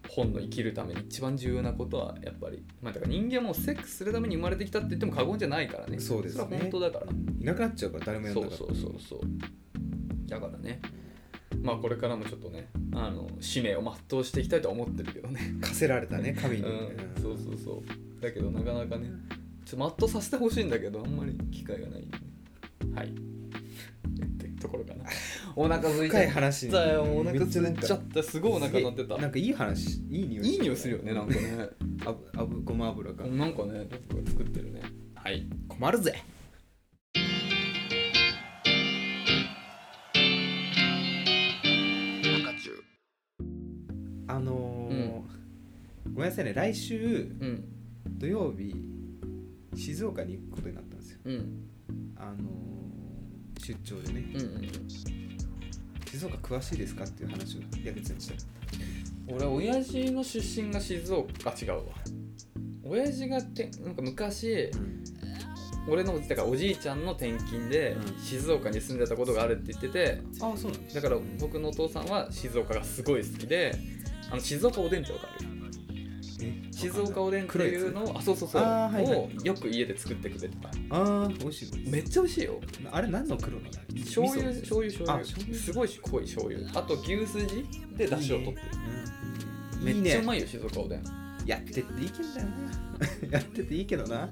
[SPEAKER 2] 本の生きるために一番重要なことはやっぱり、まあ、だから人間はもうセックスするために生まれてきたって言っても過言じゃないからね
[SPEAKER 1] そうですね
[SPEAKER 2] それは本当だから
[SPEAKER 1] いなくなっちゃうから誰もやん
[SPEAKER 2] そ
[SPEAKER 1] なか
[SPEAKER 2] う
[SPEAKER 1] った
[SPEAKER 2] そうそうそうだからねまあこれからもちょっとねあの使命を全うしていきたいとは思ってるけどね、
[SPEAKER 1] 課せられたね神
[SPEAKER 2] う
[SPEAKER 1] に、
[SPEAKER 2] ん、そうそうそうだけどなかなかねちょっと全うさせてほしいんだけどあんまり機会がないんでねはいってところかなお腹空い
[SPEAKER 1] 深い
[SPEAKER 2] て
[SPEAKER 1] 話に
[SPEAKER 2] だよお腹
[SPEAKER 1] めっちゃ
[SPEAKER 2] 空
[SPEAKER 1] ないんか
[SPEAKER 2] ちゃったすごいお腹鳴ってた
[SPEAKER 1] なんかいい話いい匂い
[SPEAKER 2] いい匂いするよねなんかね
[SPEAKER 1] あぶあぶごま油が
[SPEAKER 2] なんかねどっか作ってるねはい
[SPEAKER 1] 困るぜあのーごめんなさいね来週
[SPEAKER 2] うん
[SPEAKER 1] 土曜日静岡に行くことになったんですよ
[SPEAKER 2] うん
[SPEAKER 1] あのー出張でね
[SPEAKER 2] うんうん
[SPEAKER 1] 静岡詳しいですかっていう話を矢口さんにした
[SPEAKER 2] 俺親父の出身が静岡あ違うわ親父がてなんか昔俺のだからおじいちゃんの転勤で
[SPEAKER 1] うん
[SPEAKER 2] 静岡に住んでたことがあるって言ってて
[SPEAKER 1] ああそうなんです
[SPEAKER 2] だから僕のお父さんは静岡がすごい好きであの静岡おでんってわかる静岡おでんっていうのをあそうそうそう
[SPEAKER 1] あーはいはい
[SPEAKER 2] をよく家で作ってくれてた
[SPEAKER 1] ああ美味しいの
[SPEAKER 2] めっちゃ美味しいよ
[SPEAKER 1] あれ何の黒なの
[SPEAKER 2] 醤油
[SPEAKER 1] 味噌
[SPEAKER 2] 醤油醤
[SPEAKER 1] あ
[SPEAKER 2] 油
[SPEAKER 1] 醤油
[SPEAKER 2] すごい濃い醤油あと牛すじで出汁を取って
[SPEAKER 1] うんい
[SPEAKER 2] る
[SPEAKER 1] い
[SPEAKER 2] めっちゃう
[SPEAKER 1] ね
[SPEAKER 2] まいよ静岡おでん
[SPEAKER 1] やってっていいけどな やってっていいけどな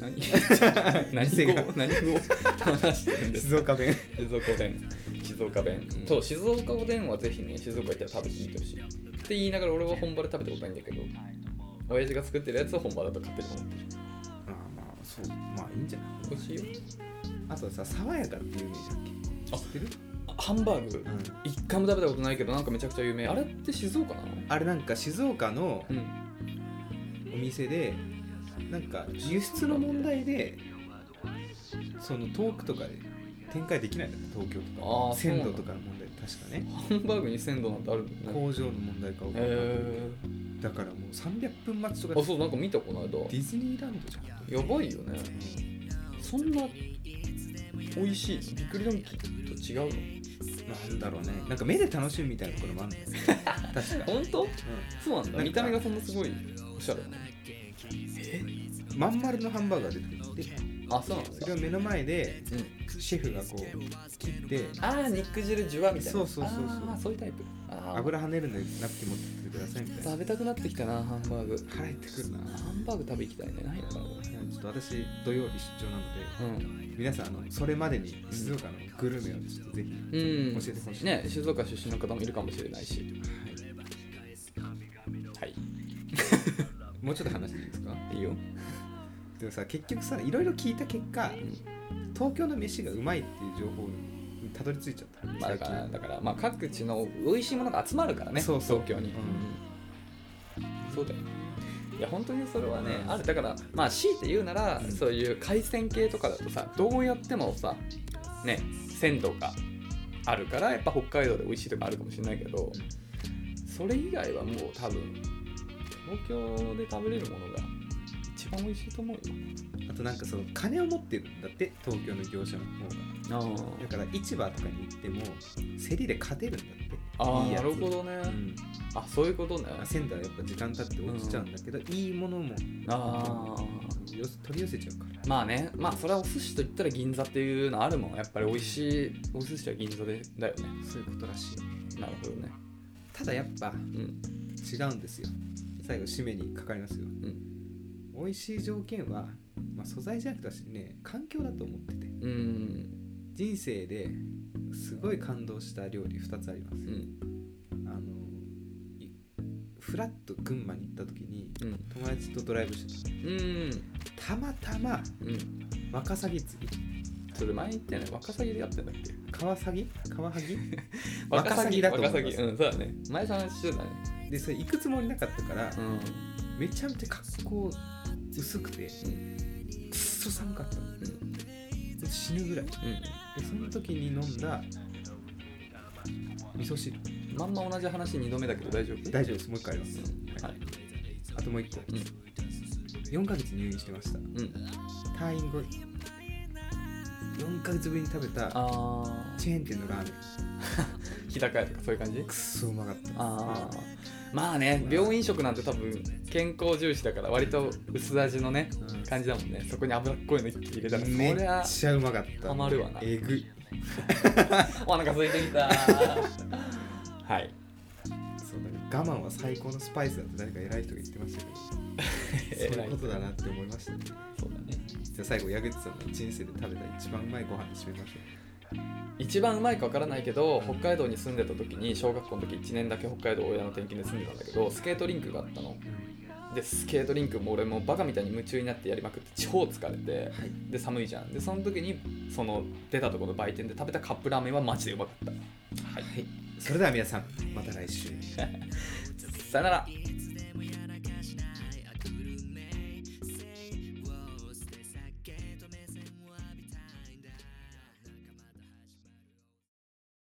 [SPEAKER 2] 何何
[SPEAKER 1] 店
[SPEAKER 2] 語
[SPEAKER 1] が
[SPEAKER 2] 何語 話してるんです
[SPEAKER 1] 静岡 弁
[SPEAKER 2] 静岡おでん静岡弁
[SPEAKER 1] うん
[SPEAKER 2] そう静岡おでんはぜひね静岡行ったら食べてみてほしいって言いながら俺は本場で食べたことないんだけど親父が作ってるやつを本場だと勝手に思ってる
[SPEAKER 1] ああまあそうまあいいんじゃない
[SPEAKER 2] 美味しいよ
[SPEAKER 1] あとさ爽やかっていうイメージだっけ
[SPEAKER 2] あ
[SPEAKER 1] 知ってる
[SPEAKER 2] あハンバーグ一回も食べたことないけどなんかめちゃくちゃ有名あれって静岡なの
[SPEAKER 1] あれなんか静岡の
[SPEAKER 2] うん
[SPEAKER 1] お店でなんか輸出の問題でその遠くとかで展開できないんだって東京と
[SPEAKER 2] ああ
[SPEAKER 1] か鮮度とかの問題確かね
[SPEAKER 2] ハンバーグに鮮度なんてあるんだね
[SPEAKER 1] 工場の問題かわかんない
[SPEAKER 2] え
[SPEAKER 1] だからもう300分待ちとか
[SPEAKER 2] ー、あそうなんか見たこの間
[SPEAKER 1] ディズニーランドじゃん本当に
[SPEAKER 2] やばいよねそんな美味しいびっくりドンキーと違う
[SPEAKER 1] なんだろうねなんか目で楽しむみたいなところもあるんだよね 確か
[SPEAKER 2] の本当
[SPEAKER 1] う
[SPEAKER 2] そうな
[SPEAKER 1] な
[SPEAKER 2] んだ
[SPEAKER 1] んか
[SPEAKER 2] 見た目がそんなすごいおしゃれなのえ
[SPEAKER 1] んまん丸のハンバーガー出てきて
[SPEAKER 2] あそうなんです
[SPEAKER 1] それ
[SPEAKER 2] か
[SPEAKER 1] を目の前で
[SPEAKER 2] うん、
[SPEAKER 1] シェフがこう切って
[SPEAKER 2] あー肉汁ジュワみたいな
[SPEAKER 1] そうそうそうそう
[SPEAKER 2] あーそういうタイプあー
[SPEAKER 1] 油跳ねるんでナプキン持ってきてくださいみたいな
[SPEAKER 2] 食べたくなってきたなハンバーグ
[SPEAKER 1] 腹減ってくるな
[SPEAKER 2] ハンバーグ食べ行きたいねないのかなこ
[SPEAKER 1] いやちょっと私土曜日出張なの
[SPEAKER 2] れうん、
[SPEAKER 1] で皆さんあのそれまでに静岡のグルメをちょっとぜひ、
[SPEAKER 2] うん、
[SPEAKER 1] 教えてほしい
[SPEAKER 2] ね静岡出身の方もいるかもしれないしはい
[SPEAKER 1] もうちょっと話していいですか
[SPEAKER 2] いいよ
[SPEAKER 1] でもさ結局さいろいろ聞いた結果、東京の飯がうまいっていう情報にたどり着いちゃった、
[SPEAKER 2] まあ、だ
[SPEAKER 1] 最
[SPEAKER 2] か
[SPEAKER 1] 近
[SPEAKER 2] らだから、まあ、各地の美味しいものが集まるからね
[SPEAKER 1] そうそう
[SPEAKER 2] 東京に、うんそうだよいや本当にそれはね
[SPEAKER 1] うん
[SPEAKER 2] あるだからまあ強いて言うなら、
[SPEAKER 1] うん
[SPEAKER 2] そういう海鮮系とかだとさどうやってもさね鮮度があるからやっぱ北海道で美味しいとかあるかもしれないけどそれ以外はもう多分東京で食べれるものが一番美味しいと思うよ
[SPEAKER 1] あとなんかその金を持ってるんだって東京の業者の方がだから市場とかに行っても競りで勝てるんだって
[SPEAKER 2] あ
[SPEAKER 1] いい
[SPEAKER 2] あ
[SPEAKER 1] や
[SPEAKER 2] な
[SPEAKER 1] つ
[SPEAKER 2] るほどね、
[SPEAKER 1] うん
[SPEAKER 2] あそういうことね
[SPEAKER 1] まあ、仙台はやっぱ時間経って落ちちゃうんだけど、いいものも
[SPEAKER 2] ああ
[SPEAKER 1] よ取り寄せちゃうから
[SPEAKER 2] まあねまあそれはお寿司といったら銀座っていうのあるもんやっぱり美味しいお寿司は銀座でだよね
[SPEAKER 1] そういうことらしい
[SPEAKER 2] なるほどね
[SPEAKER 1] ただやっぱ
[SPEAKER 2] うん
[SPEAKER 1] 違うんですよ最後締めにかかりますよ、美味しい条件は、まあ、素材じゃなくてね環境だと思ってて
[SPEAKER 2] うん
[SPEAKER 1] 人生ですごい感動した料理2つあります、
[SPEAKER 2] うん
[SPEAKER 1] あのいフラッと群馬に行った時に
[SPEAKER 2] うん
[SPEAKER 1] 友達とドライブして
[SPEAKER 2] うん
[SPEAKER 1] たたまたま
[SPEAKER 2] うん
[SPEAKER 1] ワカサギ釣り
[SPEAKER 2] それ前言ったよねワカサギでやってんだっけ
[SPEAKER 1] カワサギカワハギ
[SPEAKER 2] ワ
[SPEAKER 1] ワ
[SPEAKER 2] カ
[SPEAKER 1] カ
[SPEAKER 2] サ
[SPEAKER 1] サ
[SPEAKER 2] ギ
[SPEAKER 1] ギ
[SPEAKER 2] だ
[SPEAKER 1] だ
[SPEAKER 2] と
[SPEAKER 1] と
[SPEAKER 2] 思
[SPEAKER 1] 思
[SPEAKER 2] い
[SPEAKER 1] います
[SPEAKER 2] ま
[SPEAKER 1] す
[SPEAKER 2] うんそうだね前さん話してたね
[SPEAKER 1] でそれ行くつもりなかったから
[SPEAKER 2] うん
[SPEAKER 1] めちゃめちゃ格好薄くてくっそ寒かったの死ぬぐらいでその時に飲んだ味噌汁
[SPEAKER 2] うんまんま同じ話2度目だけど大丈夫
[SPEAKER 1] 大丈夫ですもう一回あります
[SPEAKER 2] 夫はい
[SPEAKER 1] あともう一個
[SPEAKER 2] うん
[SPEAKER 1] 4ヶ月入院してました
[SPEAKER 2] うん
[SPEAKER 1] 退院後4ヶ月ぶりに食べた
[SPEAKER 2] ああ
[SPEAKER 1] チェーン店のラーメン
[SPEAKER 2] 日高屋とかそういう感じ
[SPEAKER 1] くっそうまかった
[SPEAKER 2] あーまあね病院食なんて多分健康重視だから割と薄味のね
[SPEAKER 1] うん
[SPEAKER 2] 感じだもんねそこに脂っこいの一気に入れたらそ
[SPEAKER 1] め
[SPEAKER 2] りゃ
[SPEAKER 1] っちゃうまかった
[SPEAKER 2] ハマるわな
[SPEAKER 1] えぐい
[SPEAKER 2] お腹空いてき たはい
[SPEAKER 1] そうだね我慢は最高のスパイスだって誰か偉い人が言ってました けどそういうことだなって思いましたね
[SPEAKER 2] そうだね
[SPEAKER 1] じゃあ最後矢口さんの人生で食べた一番うまいご飯で締めましょ
[SPEAKER 2] 一番うまいかわからないけど北海道に住んでた時に小学校の時1年だけ北海道親の転勤で住んでたんだけどスケートリンクがあったのでスケートリンクも俺もバカみたいに夢中になってやりまくって超疲れて
[SPEAKER 1] うはい
[SPEAKER 2] で寒いじゃんでその時にその出たところの売店で食べたカップラーメンはマジでうまかったはい
[SPEAKER 1] それでは皆さんまた来週
[SPEAKER 2] さよなら